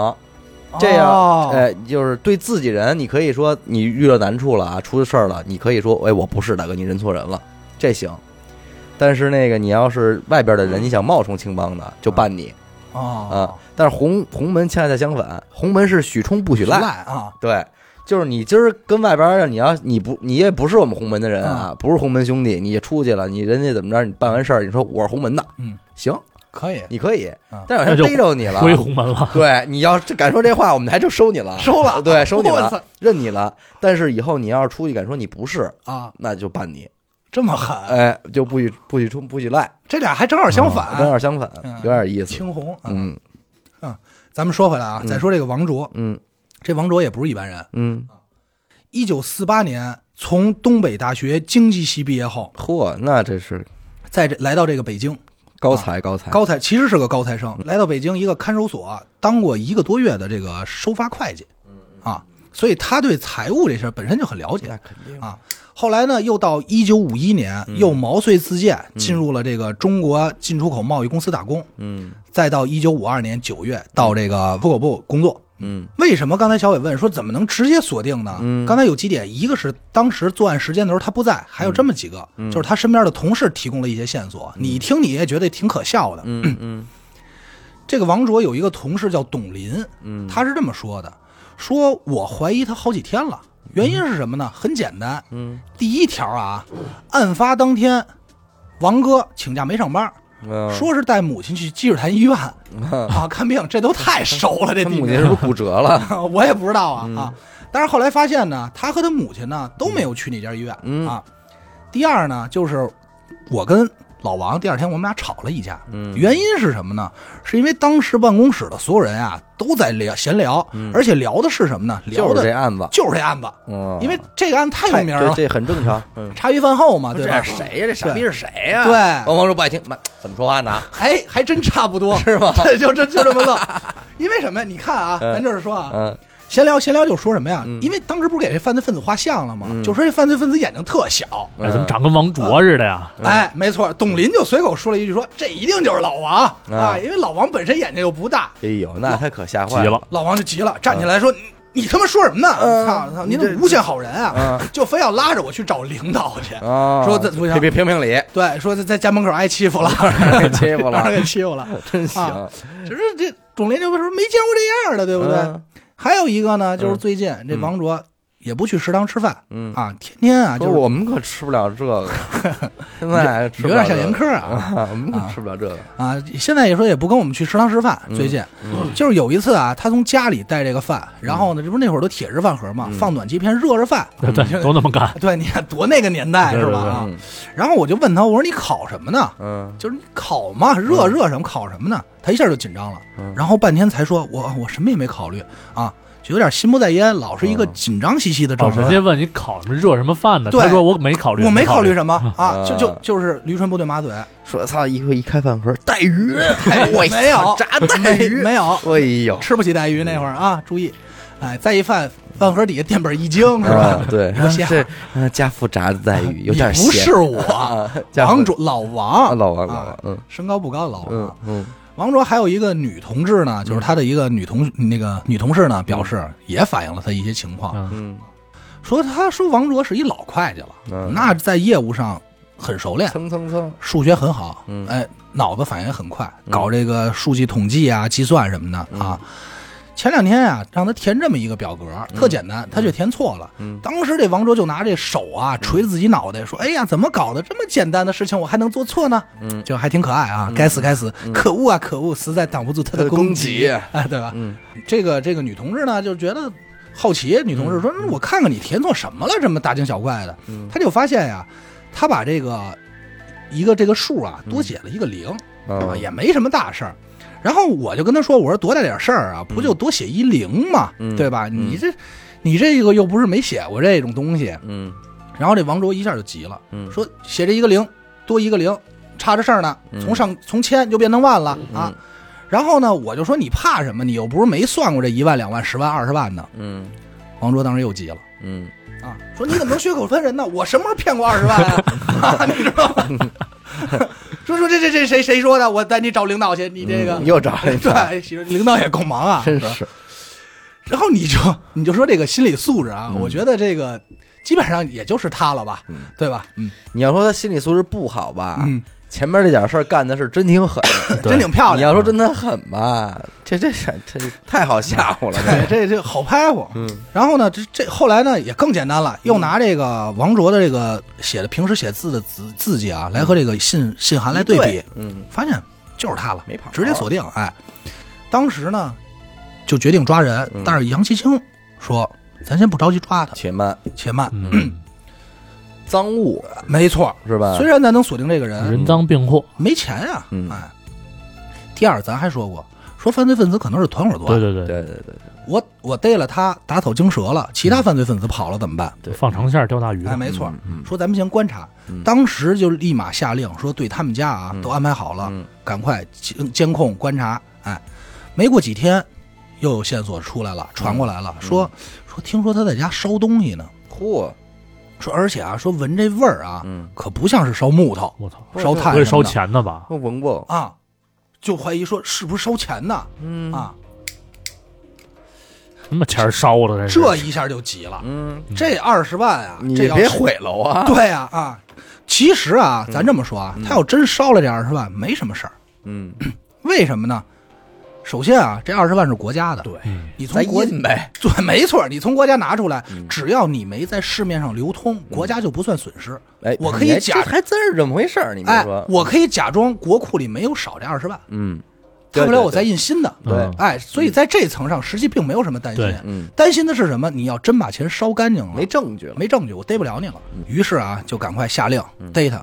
这样
哦
哎，就是对自己人，你可以说你遇到难处了啊，出事儿了，你可以说，哎，我不是大哥，你认错人了，这行。但是那个你要是外边的人，你想冒充青帮的，就办你啊
哦。
但是红红门恰恰相反，红门是许冲不许
许
赖，
赖啊，
对，就是你今儿跟外边儿，你要你不你也不是我们红门的人啊，不是红门兄弟，你也出去了，你人家怎么着，你办完事儿，你说我是红门的，
嗯，
行，
可以
你可以
啊，
但是好
那就
像逮着你了，
回红门了。
对，你要是敢说这话，我们还就收你了，
收了
对，收你
我操
了，认你了。但是以后你要是出去敢说你不是，
啊，
那就办你，
这么狠，
哎，就不许不许冲，不许赖，
这俩还正好相反，
有点相反
嗯，
有点意思。
青红。啊，
嗯
咱们说回来啊，
嗯
再说这个王卓，
嗯
这王卓也不是一般人。
嗯，
一九四八年从东北大学经济系毕业后，
嚯，那这是
在这来到这个北京，
高才啊高才，
高材其实是个高材生，来到北京一个看守所当过一个多月的这个收发会计，啊，所以他对财务这事儿本身就很了解。
嗯那肯定
啊。后来呢，又到一九五一年，又毛遂自荐进入了这个中国进出口贸易公司打工，
嗯
再到一九五二年九月到这个出口部工作。
嗯
为什么刚才小伟问说怎么能直接锁定呢？
嗯
刚才有几点，一个是当时作案时间的时候他不在，还有这么几个，
嗯
就是他身边的同事提供了一些线索，你听你也觉得挺可笑的。
嗯嗯
这个王卓有一个同事叫董林，
嗯
他是这么说的：说我怀疑他好几天了，原因是什么呢？很简单，
嗯
第一条啊，案发当天，王哥请假没上班，
嗯
说是带母亲去积水潭医院
嗯
啊看病，这都太熟了，这
他
地
母亲
名
是不是骨折 了？
我也不知道啊、
嗯
啊。但是后来发现呢，他和他母亲呢都没有去那家医院、
嗯
啊。第二呢，就是我跟老王第二天我们俩吵了一架，
嗯
原因是什么呢？是因为当时办公室的所有人啊都在聊闲聊，而且聊的是什么呢？聊
嗯就是
的
这案子，
就是这案子，
嗯，
因为这个案子太
太
有名
这啊
了，
这很正常。嗯，
茶余饭后嘛，对吧？
呀？这
傻逼
是谁呀
对，
王王说不爱听，妈怎么说话呢？
哎，还真差不多，
是吗？
这就这就 这么愣。因为什么呀？你看啊，
嗯
咱这儿说啊，
嗯
闲聊闲聊就说什么呀
嗯？
因为当时不是给这犯罪分子画像了吗
嗯？
就说这犯罪分子眼睛特小。
哎，怎么长跟王卓似的呀？
嗯
哎，没错，董林就随口说了一句说：“这一定就是老王啊，
啊
因为老王本身眼睛又不大。
哎呦，那他可吓
嗯
急
坏。
了”，
老王就急了，站起来说：“你你他妈说什么呢？
嗯
操操，你
你
怎么
这
诬陷好人啊
嗯？
就非要拉着我去找领导去，
啊！
说这不行
别别评评 理，
对，说在在家门口挨欺负 了，
给欺负
让人
了，
给欺负了。
真行
啊。只是这董林就说没见过这样的，对不对？
嗯
还有一个呢，就是最近、这王卓也不去食堂吃饭、
嗯，
啊，天天啊
说
就是
我们可吃不了这 个，
有
现在吃不了嗯
点
这
像
个
严苛啊
啊，我们可吃不了这个。
啊！现在也说也不跟我们去食堂吃饭，
嗯
最近、就是有一次啊，他从家里带这个饭，然后呢，这不是那会儿都铁制饭盒
嗯
嘛，放暖气片热着 饭。
对对，都那 么干，
对，你看多那个年代
对
是
对
吧？
对
啊
嗯
然后我就问他，我说你烤什么呢？
嗯，
就是你烤嘛，热热什么烤什么呢？他一下就紧张了，
嗯
然后半天才说，我我什么也没考虑啊，就有点心不在焉，老是一个
嗯
紧张兮兮的
哦，
状态。
直接问你烤什么热什么饭呢？
对
他说我没考虑，
我没
考
考虑什么啊，
嗯
就就就是驴唇不对马嘴，
说操，一会一开饭盒，带鱼，
哎没有
炸带
没
鱼，
没有
哎呦，
吃不起带鱼那会儿啊，注意，哎，再一饭饭盒底下垫本一惊是吧？
啊，对，
我想
这啊家父炸的带鱼有
你
点
不
咸
是我，
啊，家父
王卓老
啊
王，
老王老
啊
王，嗯
身高不高，老王
嗯。嗯，
王卓还有一个女同志呢，就是他的一个女同那个女同事呢，表示也反映了他一些情况，
嗯，
嗯，
说他说王卓是一老会计了，
嗯
那在业务上很熟练，
蹭蹭蹭，
数学很好，
嗯
哎，脑子反应很快，
嗯
搞这个数据统计啊、计算什么的、
嗯
啊。前两天啊，让他填这么一个表格，特简单，他却填错了。
嗯
当时这王卓就拿这手啊捶自己脑袋，说：“哎呀，怎么搞的？这么简单的事情我还能做错呢？”
嗯
就还挺可爱啊！该死该死，可恶啊可恶，实在挡不住他的攻 击
他的
啊、哎，对吧？
嗯
这个这个女同志呢，就觉得好奇，女同志说：“嗯那我看看你填错什么了，这么大惊小怪的。
嗯
她就发现呀，她把这个一个这个数啊多写了一个零、啊，
嗯
也没什么大事儿。然后我就跟她说：“我说多大点事儿啊，不就多写一零嘛，
嗯
对吧？
嗯
你这你这个又不是没写过这种东西。
嗯”
然后这王卓一下就急了，
嗯，
说：“写这一个零，多一个零，差着事儿呢，
嗯
从上从千就变成万了啊。”然后呢，我就说你怕什么？你又不是没算过这一万、两万、十万、二十万呢。
嗯
王卓当时又急了
嗯
啊，说你怎么能血口喷人呢？我什么时候骗过二十万啊？啊 你知道吗？ 说说这这这谁谁说的？我带你找领导去，你这个、
嗯又找了一个，
对，哎其实领导也够忙啊，
真
吧
是，
然后你就你就说这个心理素质啊，
嗯
我觉得这个基本上也就是他了吧，对吧？嗯，
你要说他心理素质不好吧，
嗯
前面这点事儿干的是真挺狠，
真挺漂
你
亮。
要说真的狠吧，这这这这太好吓唬了，
对，哎这这好拍乎，
嗯
然后呢，这这后来呢也更简单了，又拿这个王卓的这个写的平时写字的字字迹啊，来和这个信信函来对比，
嗯
发现就是他了，
没跑
直接锁定。哎，当时呢就决定抓人
嗯，
但是杨奇清说：“咱先不着急抓他，
且慢，
且慢。
嗯，
赃物”
没错，
是吧？
虽然咱能锁定这个人，
人赃并获，
没钱呀
嗯，
哎。第二，咱还说过，说犯罪分子可能是团伙作
对
案，
对对
对对对，
我我逮了他，打草惊蛇了，
嗯
其他犯罪分子跑了怎么办？
对
放长线钓大鱼
哎，，没错，
嗯
说咱们先观察。
嗯
当时就立马下令说，对他们家啊、
嗯
都安排好了，
嗯
赶快监监控观察。哎，没过几天，又有线索出来了，传过来
嗯
了，说说听说他在家烧东西呢，
嚯，
说而且啊，说闻这味儿啊，
嗯，
可不像是烧木头、
我操，
不是
烧
不
炭什么的，
会烧钱的吧？
我闻过，
啊，就怀疑说是不是烧钱呢？
嗯
啊，
什么钱儿烧的这是？
这一下就急了，
嗯，
这二十万啊，
你
这要
别
是
毁了我 啊，嗯
对呀啊其实啊，咱这么说啊，他要真烧了这二十万，没什么事儿。
嗯
为什么呢？首先啊，这二十万是国家的，
对
嗯
你从
咱
国
印呗，
对，没错，你从国家拿出来
嗯，
只要你没在市面上流通，国家就不算损失。
哎，
我可以
你还
假
这还真是这么回事儿，你别
哎
说，，
我可以假装国库里没有少这二十万，
嗯，
大
对
不了我再，
对
印新的。
对
嗯
哎，所以在这层上，实际并没有什么担心
对。
对嗯，
担心的是什么？你要真把钱烧干净了，
没证据了，
没证据，我逮不了你了。
嗯
于是啊，就赶快下令逮他，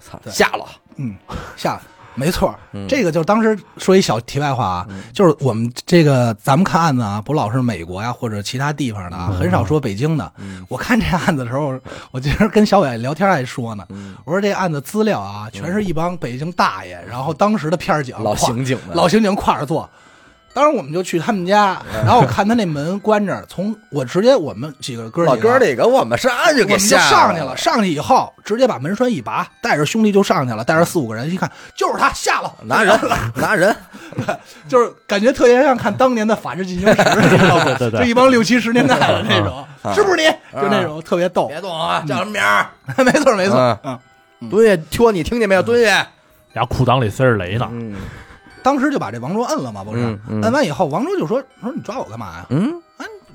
操，下了，
嗯，下来。没错，
嗯
这个就是当时说一小题外话啊，就是我们这个咱们看案子啊，不老是美国呀、或者其他地方的
嗯
啊，很少说北京的。我看这案子的时候，我今儿跟小伟聊天还说呢，
嗯
我说这案子资料啊，全是一帮北京大爷，然后当时的片儿警
啊老
挎
刑警们
老刑警挎着坐。当时我们就去他们家，
嗯
然后我看他那门关着，从我直接我们几个哥
老
几个
哥这个啊我们上岸就
我
给
们就
下
上去了，，上去以后直接把门栓一拔，带着兄弟就上去了，带着四五个人，一看就是他下了，
拿 人拿人，
就是感觉特别像看当年的《法制进行时》， 你知道吗？
对对对
就一帮六七十年代的那
啊
种，是不是你？就那种特别逗，
动啊，叫什么名儿？
没错没错
嗯。
嗯，
蹲下，托你听见没有？蹲下，
俩裤裆里塞着雷呢，
嗯
当时就把这王卓摁了嘛，不是
嗯？嗯
摁完以后，王卓就说：“说你抓我干嘛呀？啊
嗯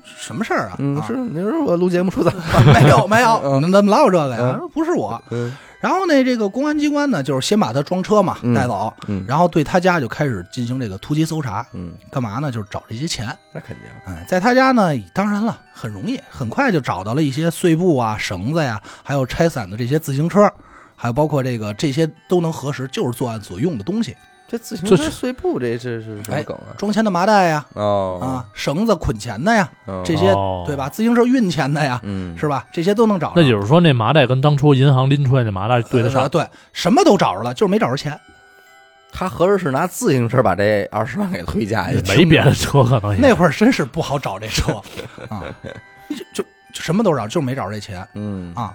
什么事儿啊？”
嗯，
啊
是你说我录节目说的，
没有没有，你怎么老有这个呀
嗯？
说不是我。
嗯
然后呢，这个公安机关呢，就是先把他装车嘛
嗯
带走，
嗯
然后对他家就开始进行这个突击搜查，
嗯，
干嘛呢？就是找这些钱。
那肯定，
哎，在他家呢，当然了，很容易，很快就找到了一些碎布啊、绳子呀、还有拆散的这些自行车，还有包括这个这些都能核实，就是作案所用的东西，
这自行
这
车
是
碎布这这是什么梗啊？
装钱的麻袋呀、啊，
哦
绳子捆钱的呀，
哦
这些、
哦
对吧？自行车运钱的呀，
嗯
是吧？这些都能找着。
那就是说那麻袋跟当初银行拎出来那麻袋对得
呃
上，
对，什么都找着了，就是没找着钱。
他合着是拿自行车把这二十万给推下去，
没别的车可能
哎那
也
会儿真是不好找这车啊，就就就什么都找，就是没找着这钱
嗯
啊。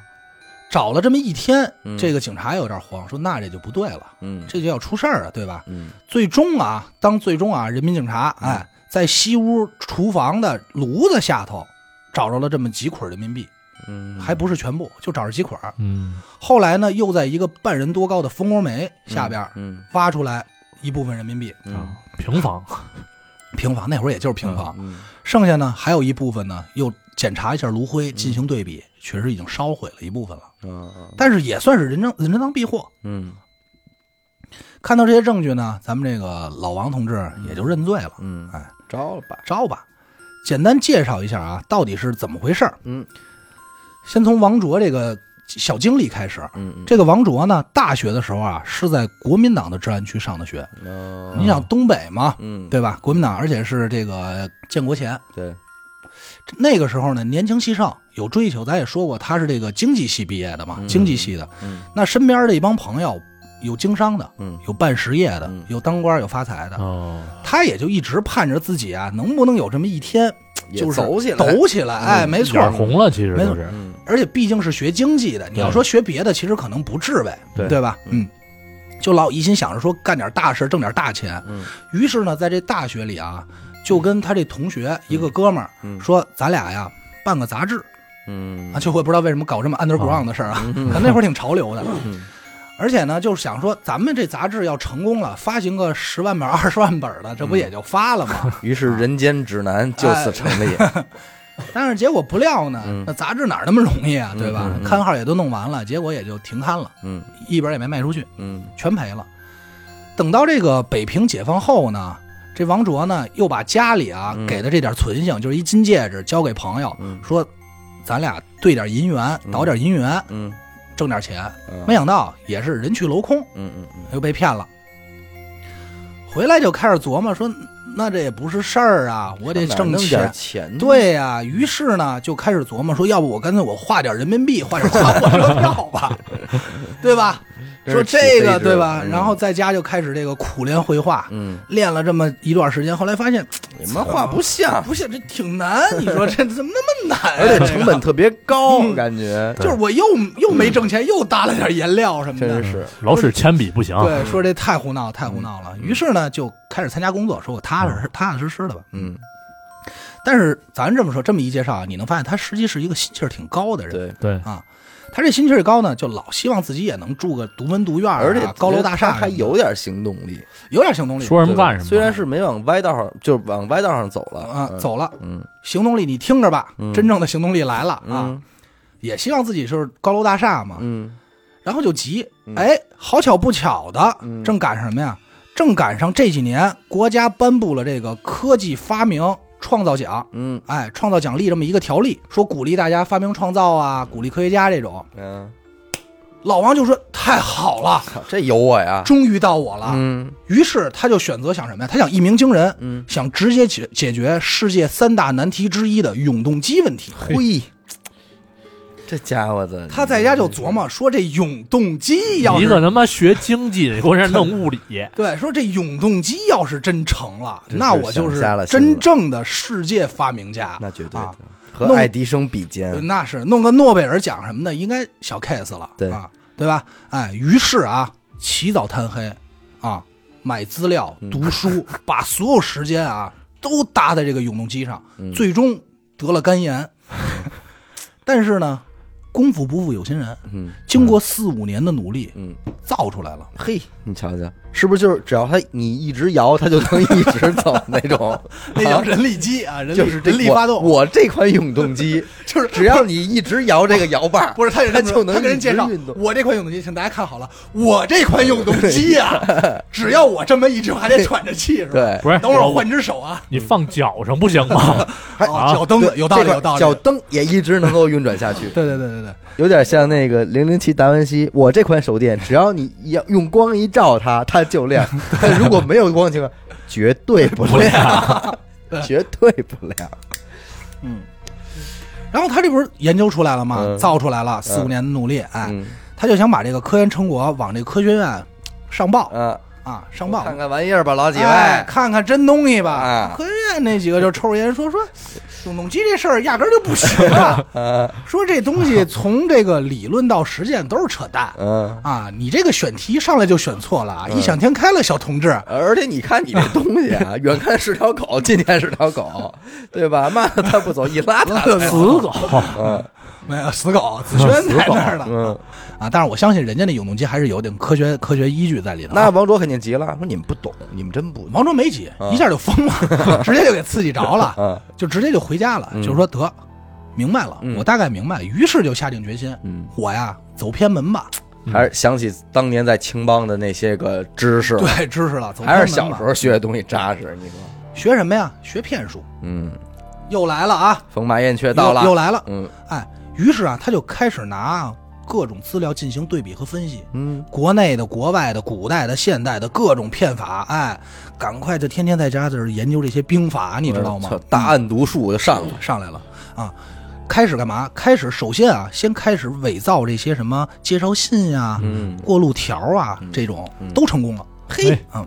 找了这么一天，
嗯
这个警察有点慌，说那这就不对了，
嗯
这就要出事儿了，对吧？
嗯
最终啊，当最终啊，人民警察哎，在西屋厨房的炉子下头找着了这么几捆人民币，
嗯，
还不是全部，就找着几捆儿。
嗯
后来呢，又在一个半人多高的蜂窝煤下边儿
嗯
挖出来一部分人民币，
嗯
啊平房
啊平房那会儿也就是平房，
嗯
剩下呢还有一部分呢，又检查一下炉灰进行对比，确实已经烧毁了一部分了，
嗯
但是也算是人赃人赃并获。
嗯
看到这些证据呢，咱们这个老王同志也就认罪了。
嗯，
哎，
招了吧，
招吧。简单介绍一下啊，到底是怎么回事儿？
嗯，
先从王卓这个小经历开始。
嗯
这个王卓呢，大学的时候啊，是在国民党的治安区上的学。
嗯，
你想东北嘛，
嗯
对吧？国民党，而且是这个建国前，
对，
那个时候呢，年轻气盛，有追求。咱也说过，他是这个经济系毕业的嘛，
嗯
经济系的。
嗯
那身边的一帮朋友，有经商的，
嗯
有办实业的
嗯，
有当官，有发财的。
哦，
他也就一直盼着自己啊，能不能有这么一天，
也
就是
走起来，
抖起来，哎，
嗯
没错
眼儿。红了，其实
没
就
错
是
嗯
而且毕竟是学经济的，你要
对
说学别的，其实可能不至呗，
对
吧？
嗯
嗯，就老一心想着说干点大事，挣点大钱。
嗯
于是呢，在这大学里啊，就跟他这同学一个哥们儿
嗯
说：“咱俩呀，办个杂志
嗯
啊。”就我不知道为什么搞这么 underground 的事儿啊， 可能那会儿挺潮流的。
嗯
而且呢，就是想说咱们这杂志要成功了，发行个十万本、二十万本儿的，这
嗯
不也就发了吗？
于
啊
是人间指南就此成立，
哎但是结果不料呢，
嗯
那杂志哪儿那么容易啊，对吧？
嗯嗯嗯
刊号也都弄完了，结果也就停刊了，
嗯
一本也没卖出去，
嗯
全赔了。等到这个北平解放后呢，这王卓呢又把家里啊、
嗯
给的这点存性，就是一金戒指，交给朋友，
嗯
说咱俩兑点银元，
嗯
倒点银元，
嗯，
挣点钱。没
有，
想到也是人去楼空，
嗯嗯
又被骗了。回来就开始琢磨说，那这也不是事儿啊，我得
嗯，
挣
弄
钱
点。钱，，
对呀、于是呢就开始琢磨说，要不我干脆我画点人民币，画点大火车票 吧，对吧？
真
说
是
这
起飞
个
之
对吧？
嗯
然后在家就开始这个苦练绘画，
嗯，
练了这么一段时间，后来发现哎
你们画不像，
不是这挺难，你 说这怎么那么难、啊？
嗯而且成本
这
嗯
嗯
特别高，感觉
个就是我又又没挣钱，又搭了点颜料什么的
真。是，嗯
老使铅笔不行，
对，说这太胡闹，太胡闹了。于是呢，就开始参加工作，说我踏实踏踏实实的吧。
嗯，
但是咱这么说，这么一介绍啊，你能发现他实际是一个心气儿挺高的人。
对，
对，
啊，他这心气儿高呢，就老希望自己也能住个独门独院儿啊、
而且
高楼大厦
他还
什么的
有点行动力，
有点行动力。
说什么
对吧
干什么。
虽然是没往歪道上，就是往歪道上走了
啊、
嗯
走了，
嗯
行动力你听着吧，
嗯
真正的行动力来了啊！
嗯
也希望自己就是高楼大厦嘛，
嗯
然后就急
嗯，
哎，好巧不巧的，
嗯
正赶上什么呀？正赶上这几年国家颁布了这个科技发明创造奖，
嗯
哎，创造奖励这么一个条例，说鼓励大家发明创造啊，鼓励科学家这种。
嗯，
老王就说太好 了，
操这有我呀，
终于到我了。
嗯
于是他就选择想什么呀？他想一鸣惊人，
嗯，
想直接解解决世界三大难题之一的永动机问题。
嘿，这家伙的，
他在家就琢磨说这永动机要
一
是
个他妈学经济的，给我这弄物理，
对，说这永动机要是真成了，
这
那
是
我就
想
是
瞎了心
真
了
正的世界发明家，
那绝对
啊
的，和
弄
爱迪生比肩
呃，那是弄个诺贝尔奖什么的，应该小 case 了，
对
啊，对吧？哎，于是啊，起早贪黑啊，买资料、
嗯
读书， 把所有时间啊都搭在这个永动机上，
嗯
最终得了肝 炎。但是呢，功夫不负有心人，
嗯
经过四五年的努力，
嗯，
造出 来了。
嘿，你瞧瞧，是不是就是只要他你一直摇，他就能一直走那种？
那叫
啊
人力机啊，人力
就是这
人力
我
发动。
我这款永动机
就是
只要你一直摇这个摇把 儿，
不是，他有这
他就能
他跟人介绍
一直运，动
我这款永动机，请大家看好了，我这款永 动机啊，只要我这么一直还得喘着气，是吧？
对，
不是？
等会儿
我
换只手啊，
你放脚上不行 吗？
哦，脚蹬子
啊对
有道
这
理，
款
有道理。，
脚蹬也一直能够运转下去
对对对对对，
有点像那个零零七达文西。我这款手电，只要你要用光一照它，它就亮；但如果没有光的情况，绝对不亮， 绝对不亮。
然后他这不是研究出来了吗？
嗯
造出来了，四五
嗯
年的努力，哎，
嗯
他就想把这个科研成果往这科学院上报
啊，
啊，上报。
看看玩意儿吧，老几
哎，
位。
看看真东西吧。
啊
科学院那几个就抽着烟说说，永动机这事儿压根儿就不行啊！
啊
说这东西从这个理论到实践都是扯淡。
嗯，
啊，你这个选题上来就选错了，啊！
嗯
异想天开了，小同志。
而且你看你这东西啊，远看是条狗，近看是条狗，对吧？骂它它不走，一拉它它
死
走。
狗，
嗯
没有死狗，子轩在那儿了
嗯，
啊！但是我相信人家那永动机还是有点科学科学依据在里头啊。
那王卓肯定急了，说你们不懂，你们真不懂。
王卓没急，
嗯
一下就疯 了，直接就给刺激着了，
嗯
就直接就回家了，
嗯
就说得明白了，
嗯
我大概明白了，于是就下定决心，
嗯。
我呀走偏门吧，
还是想起当年在青帮的那些个知识，
对，知识了，走偏
还
门
是
吧
小时候学的东西扎实。你说，
学什么呀？学骗术，
嗯，
又来了啊，
风马燕雀
又
到了，
又来了，
嗯
哎，于是啊，他就开始拿各种资料进行对比和分析，
嗯
国内的、国外的、古代的、现代的各种骗法，哎，赶快就天天在家就是研究这些兵法，你知道吗
操？大案读书就上了，
上来了啊！开始干嘛？开始首先啊，先开始伪造这些什么介绍信呀、
嗯哎
过路条啊、这种，都成功了。
嘿，
嗯，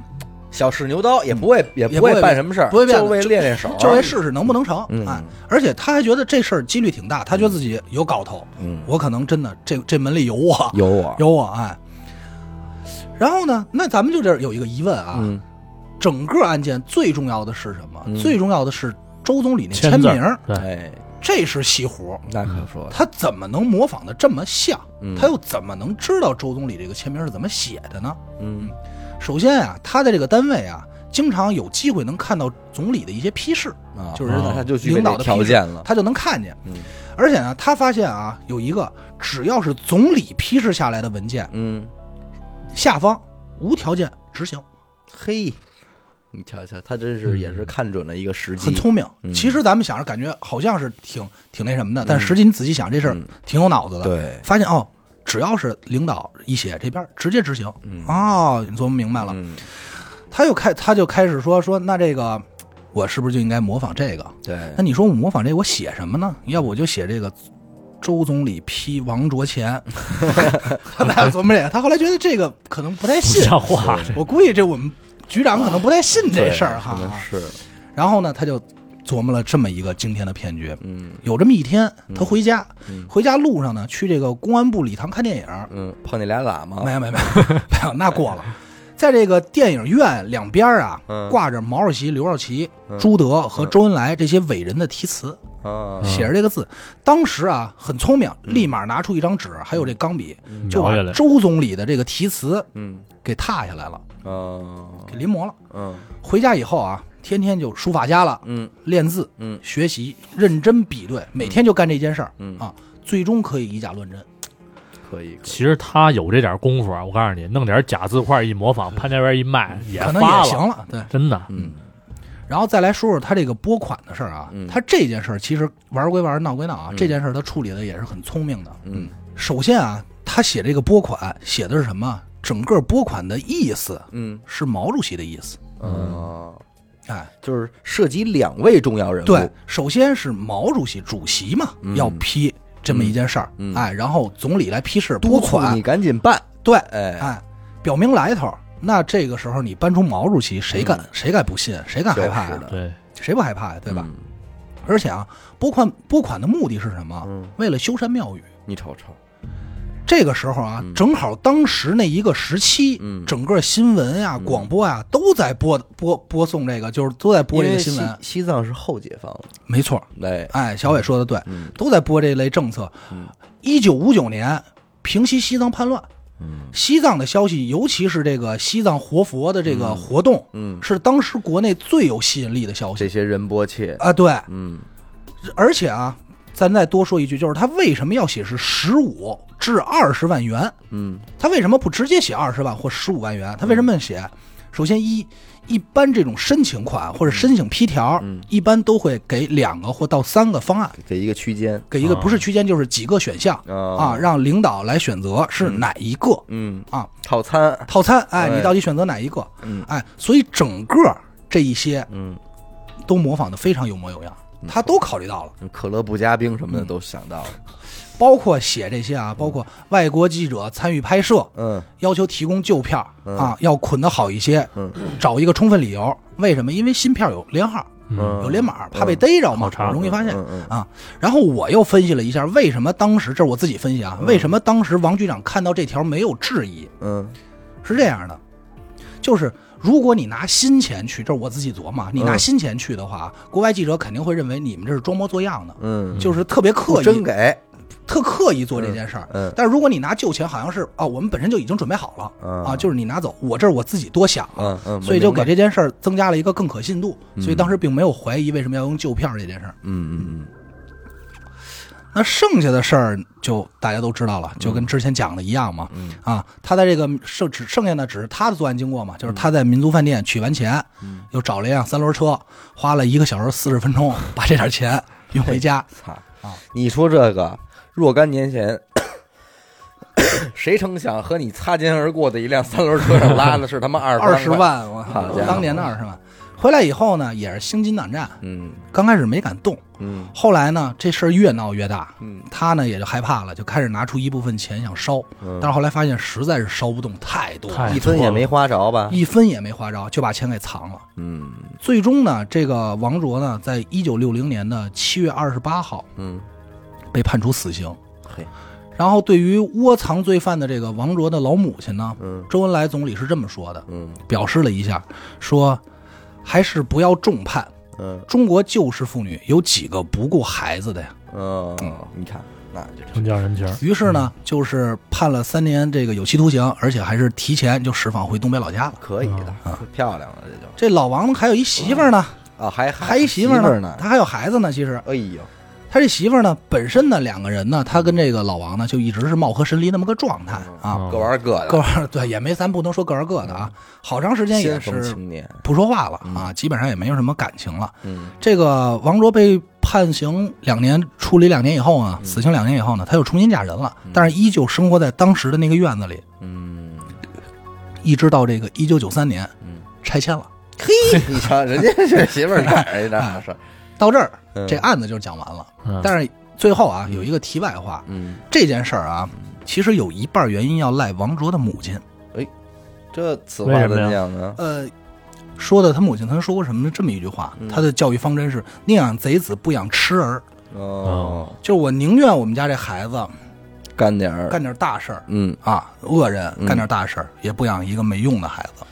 小试牛刀也不会嗯
也
也不
不会
会办什么事儿，
不会变
就
的
为练练手，啊
就为试试能不能成。
嗯
哎，而且他还觉得这事儿几率挺大，他觉得自己有搞头，
嗯
我可能真的这这门里有我，
有我，
有我哎。然后呢，那咱们就这儿有一个疑问啊，
嗯
整个案件最重要的是什么？
嗯
最重要的是周总理那
签
签
字
名
儿
儿，
对，
哎，
这是西湖，
那可说，
他怎么能模仿的这么像？
嗯
他又怎么能知道周总理这个签名是怎么写的呢？
嗯
首先啊，他在这个单位啊，经常有机会能看到总理的一些批示，
啊，
就是
哦
他就具备
领导
这
的
条
批示
件了，
他就能看见。
嗯
而且呢，他发现啊，有一个只要是总理批示下来的文件，
嗯，
下方无条件执行。
嘿，你瞧瞧，他真是也是看准了一个时机，
很聪明。
嗯
其实咱们想着感觉好像是挺挺那什么的，但实际你仔细想这事儿
嗯
挺有脑子的。
对，
发现哦，只要是领导一写这边儿直接执行。
嗯
哦，你琢磨明白了。
嗯，
他又开他就开始说说那这个我是不是就应该模仿这个？
对，
那你说我模仿这个我写什么呢？要不我就写这个。周总理批王卓 前， 他俩琢磨这个，他后来觉得这个可能不太
不
信，
像话，
我估计这我们局长可能不太信这
对
事儿哈
可。能是，
然后呢，他就琢磨了这么一个惊天的骗局。
嗯
有这么一天，他回家，
嗯
回家路上呢，去这个公安部礼堂看电影，
嗯，碰见俩喇嘛
没，有没有没有没有，那过了。在这个电影院两边啊，
嗯
挂着毛主席、刘少奇、
嗯
朱德和周恩来这些伟人的题词。
啊
嗯
写着这个字。当时啊，很聪明，立马拿出一张纸，还有这钢笔，就
描
把
嗯下来，
周总理的这个题词
嗯
给拓下来了，
啊
给临摹了。
嗯
回家以后啊，天天就书法家了，
嗯
练字，
嗯，
学习，认真比对，每天就干这件事儿，
嗯
啊，最终可以以假乱真。
可以，可以
其实他有这点功夫啊，我告诉你，弄点假字块一模仿，潘家园一卖也
可能
发
也行
了，
了，对。
真的。
嗯
然后再来说说他这个拨款的事儿啊
嗯，
他这件事儿其实玩归玩，闹归闹啊，
嗯
这件事儿他处理的也是很聪明的。
嗯
首先啊，他写这个拨款写的是什么？整个拨款的意思
嗯
是毛主席的意思，
啊，
哎，
就是涉及两位重要人物，
对，首先是毛主席主席嘛
嗯
要批这么一件事儿
嗯，嗯
哎，然后总理来批示拨
督促
款
你，赶紧办，
对，
哎，
哎，表明来头。那这个时候你搬出毛主席，谁敢、谁敢不信？谁敢害怕
嗯
啊
就
呀？
是的
对，
谁不害怕呀？对吧？？
嗯
而且啊，拨款拨款的目的是什么？
嗯
为了修缮庙宇。
你瞅瞅，
这个时候啊，
嗯
正好当时那一个时期，
嗯
整个新闻呀、广播呀都在播播播送这个，就是都在播这
因
个
为
新
西
闻。
西藏是后解放的，
没错，
哎，
哎，小伟说的对，
嗯
都在播这类政策
嗯。
一九五九年，平息西藏叛乱，
嗯
西藏的消息，尤其是这个西藏活佛的这个活动，
嗯，
是当时国内最有吸引力的消息
这些仁波切，
啊！对，
嗯
而且啊，咱再多说一句，就是他为什么要写是十五至二十万元？
嗯
他为什么不直接写二十万或十五万元？他为什么写？首先一，一般这种申请款或者申请批条，
嗯
一般都会给两个或到三个方案，
给一个区间
给一个
啊
不是区间就是几个选项啊，
啊，
让领导来选择是哪一个
嗯
啊
套餐，
套餐。哎，
对
你到底选择哪一个？
嗯
哎，所以整个这一些
嗯，
都模仿的非常有模有样，他都考虑到了。
可乐不加冰什
嗯
么的都想到了，
包括写这些啊，包括外国记者参与拍摄，
嗯
要求提供旧票、
嗯
啊，要捆得好一些，
嗯
找一个充分理由。为什么？因为新票有连号，
嗯，
有连码，怕被逮着嘛
好，查
容易发现。
嗯嗯
啊，然后我又分析了一下，为什么当时这是我自己分析啊？为什么当时王局长看到这条没有质疑？
嗯
是这样的，就是如果你拿新钱去，这是我自己琢磨啊，你拿
嗯
新钱去的话，国外记者肯定会认为你们这是装模作样的，
嗯，
就是特别刻
不
意
真给，
特刻意做这件事儿。
嗯
但如果你拿旧钱，好像是啊，我们本身就已经准备好了
嗯
啊，就是你拿走，我这是我自己多想啊了，
嗯嗯，
所以就给
这，
这件事儿增加了一个更可信度。所以
嗯
当时并没有怀疑为什么要用旧票这件事儿。
嗯嗯
那剩下的事儿就大家都知道了，就跟之前讲的一样嘛。
嗯
啊，他在这个剩只剩下的只是他的作案经过嘛，就是他在民族饭店取完钱，
嗯
又找了一辆三轮车，花了一个小时四十分 钟把这点钱运回家。
嗯，操，
啊
你说这个若干年前。 谁成想和你擦肩而过的一辆三轮车上拉的是他妈二
二
十
十，万，我
好家伙
当年的二十万。回来以后呢，也是心惊胆战，
嗯
刚开始没敢动，
嗯
后来呢，这事儿越闹越大，
嗯
他呢也就害怕了，就开始拿出一部分钱想烧，
嗯
但是后来发现实在是烧不动，太多了，
太
一分也没花着吧？
一分也没花着，就把钱给藏了。
嗯
最终呢，这个王卓呢，在一九六零年的七月二十八号
嗯，
被判处死刑。
嘿，
然后，对于窝藏罪犯的这个王卓的老母亲呢，
嗯
周恩来总理是这么说的，
嗯
表示了一下，说还是不要重判，
嗯
中国就是妇女有几个不顾孩子的呀？哦
嗯，你看，那就
成教人情儿，
于是呢，就是判了三年这个有期徒刑，而且还是提前就释放回东北老家了。
可以的，
嗯
漂亮了，这就
这老王还有一媳妇儿呢，
啊，还
哦还一媳妇
妇
儿呢
呢，，
他还有孩子呢。其实
哎呦，
他这媳妇儿呢，本身呢，两个人呢，他跟这个老王呢，就一直是貌合神离那么个状态啊。
嗯
各玩各
各
的，
玩儿对也没，咱不能说各玩儿各的啊。好长时间也
先锋
是
青年，
不说话了啊，基本上也没有什么感情了。
嗯
这个王卓被判刑两年，处理两年以后啊，死刑两年以后呢，他又重新嫁人了，但是依旧生活在当时的那个院子里，
嗯
一直到这个一九九三年
嗯，
拆迁了。
嘿，你瞧人家这媳妇儿哪 儿的事儿，
到这儿，
嗯
这案子就讲完了。
嗯
但是最后啊，有一个题外话，
嗯，
这件事儿啊，其实有一半原因要赖王卓的母亲。
这此话怎啊讲呢？
呃，说的他母亲，他说过什么呢？这么一句话，
嗯
他的教育方针是宁养贼子，不养痴儿。
哦，
就是我宁愿我们家这孩子
干点儿，
干点大事儿
嗯
啊，恶人
嗯
干点大事儿，也不养一个没用的孩子。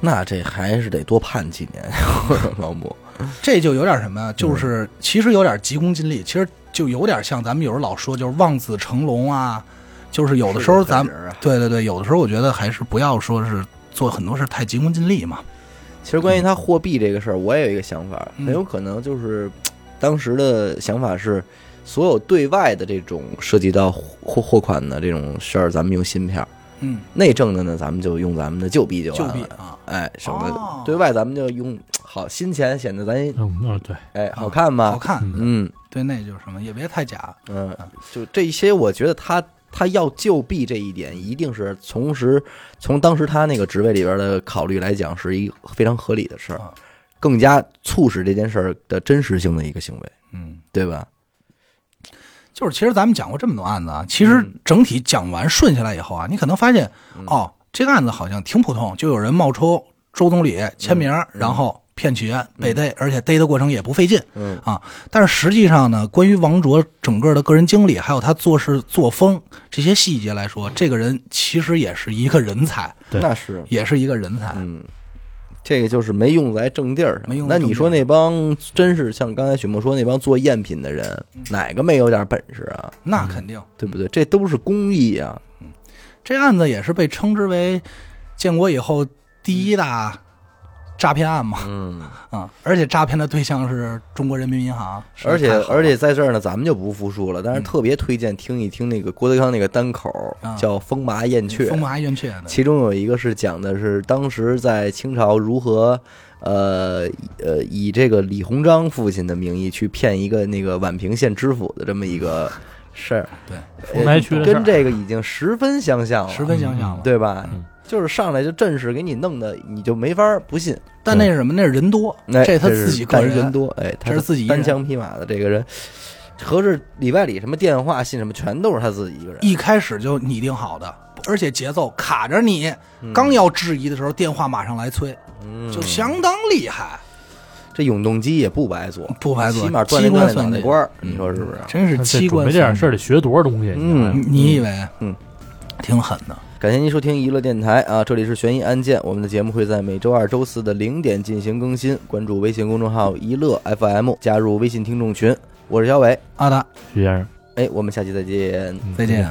那这还是得多判几年， 老母。
这就有点什么呀？就是其实有点急功近利，其实就有点像咱们有时候老说，就是望子成龙啊，就是有的时候
是有
咱
感人啊
对对对，有的时候我觉得还是不要说是做很多事太急功近利嘛。
其实关于它货币这个事儿，我也有一个想法，
嗯
很有可能就是当时的想法是，所有对外的这种涉及到货货款的这种事儿，咱们用新片儿；
嗯，
内政的呢，咱们就用咱们的旧币就
旧
完
币
了。
啊，
哎，省
哦
得对外咱们就用好新钱，显得咱
嗯嗯对，
哎好看
好
吧？
看，
嗯
嗯
对，那就是什么也别太假。
嗯，就这些，我觉得他他要就币这一点，一定是从时从当时他那个职位里边的考虑来讲，是一个非常合理的事儿
啊，
更加促使这件事儿的真实性的一个行为，
嗯，
对吧？
就是其实咱们讲过这么多案子啊，其
嗯
实整体讲完顺下来以后啊，你可能发现哦，这个案子好像挺普通，就有人冒充周总理签
嗯
名，然后骗取被逮，而且逮的过程也不费劲。
嗯
啊，但是实际上呢，关于王卓整个的个人经历，还有他做事作风这些细节来说，这个人其实也是一个人才，
对
那是，
也是一个人才。
嗯，这个就是没用在正地儿上。
没用在
那
正地儿
你说那帮真是像刚才许墨说那帮做赝品的人，
嗯
哪个没有点本事啊？
那肯定，
对不对？这都是公益啊！
这案子也是被称之为建国以后第一大诈骗案嘛。
嗯，
啊，而且诈骗的对象是中国人民银行，实在
而且
太狠了嗯
而且在这儿呢，咱们就不复述了，但是特别推荐听一听那个郭德纲那个单口
啊，
叫《风麻燕雀
风》，马燕雀的，
其中有一个是讲的是当时在清朝如何。呃呃，以这个李鸿章父亲的名义去骗一个那个宛平县知府的这么一个事儿， 呃
对，
红白区的事儿
跟这个已经十分相像了，
十分相像了。
对吧
嗯？
就是上来就阵势给你弄的，你就没法不信。
但那是什么？那是人多，这
哎
是他
是
自己个
但
人
人多，哎，他
这是自己一人
单枪匹马的这个人，合着里外里什么电话信什么，全都是他自己一个人。
一开始就拟定好的，而且节奏卡着你，刚要质疑的时候，电话马上来催，
嗯
就相当厉害，
这永动机也不白做，
不白做
嗯起码锻
机
炼
关
锻炼
算嗯
脑袋
尽
瓜儿，你说是不是？啊
真是
那这
机
准
关
备这点事儿
儿，
得学多少东西？
嗯
你你以为
嗯
挺狠的，
感谢您收听娱乐电台啊，这里是悬疑案件，我们的节目会在每周二、周四的零点进行更新，关注微信公众号“一乐 FM”，加入微信听众群，我是小伟，
阿达，
徐先生，
哎，我们下期再见。
嗯
再见。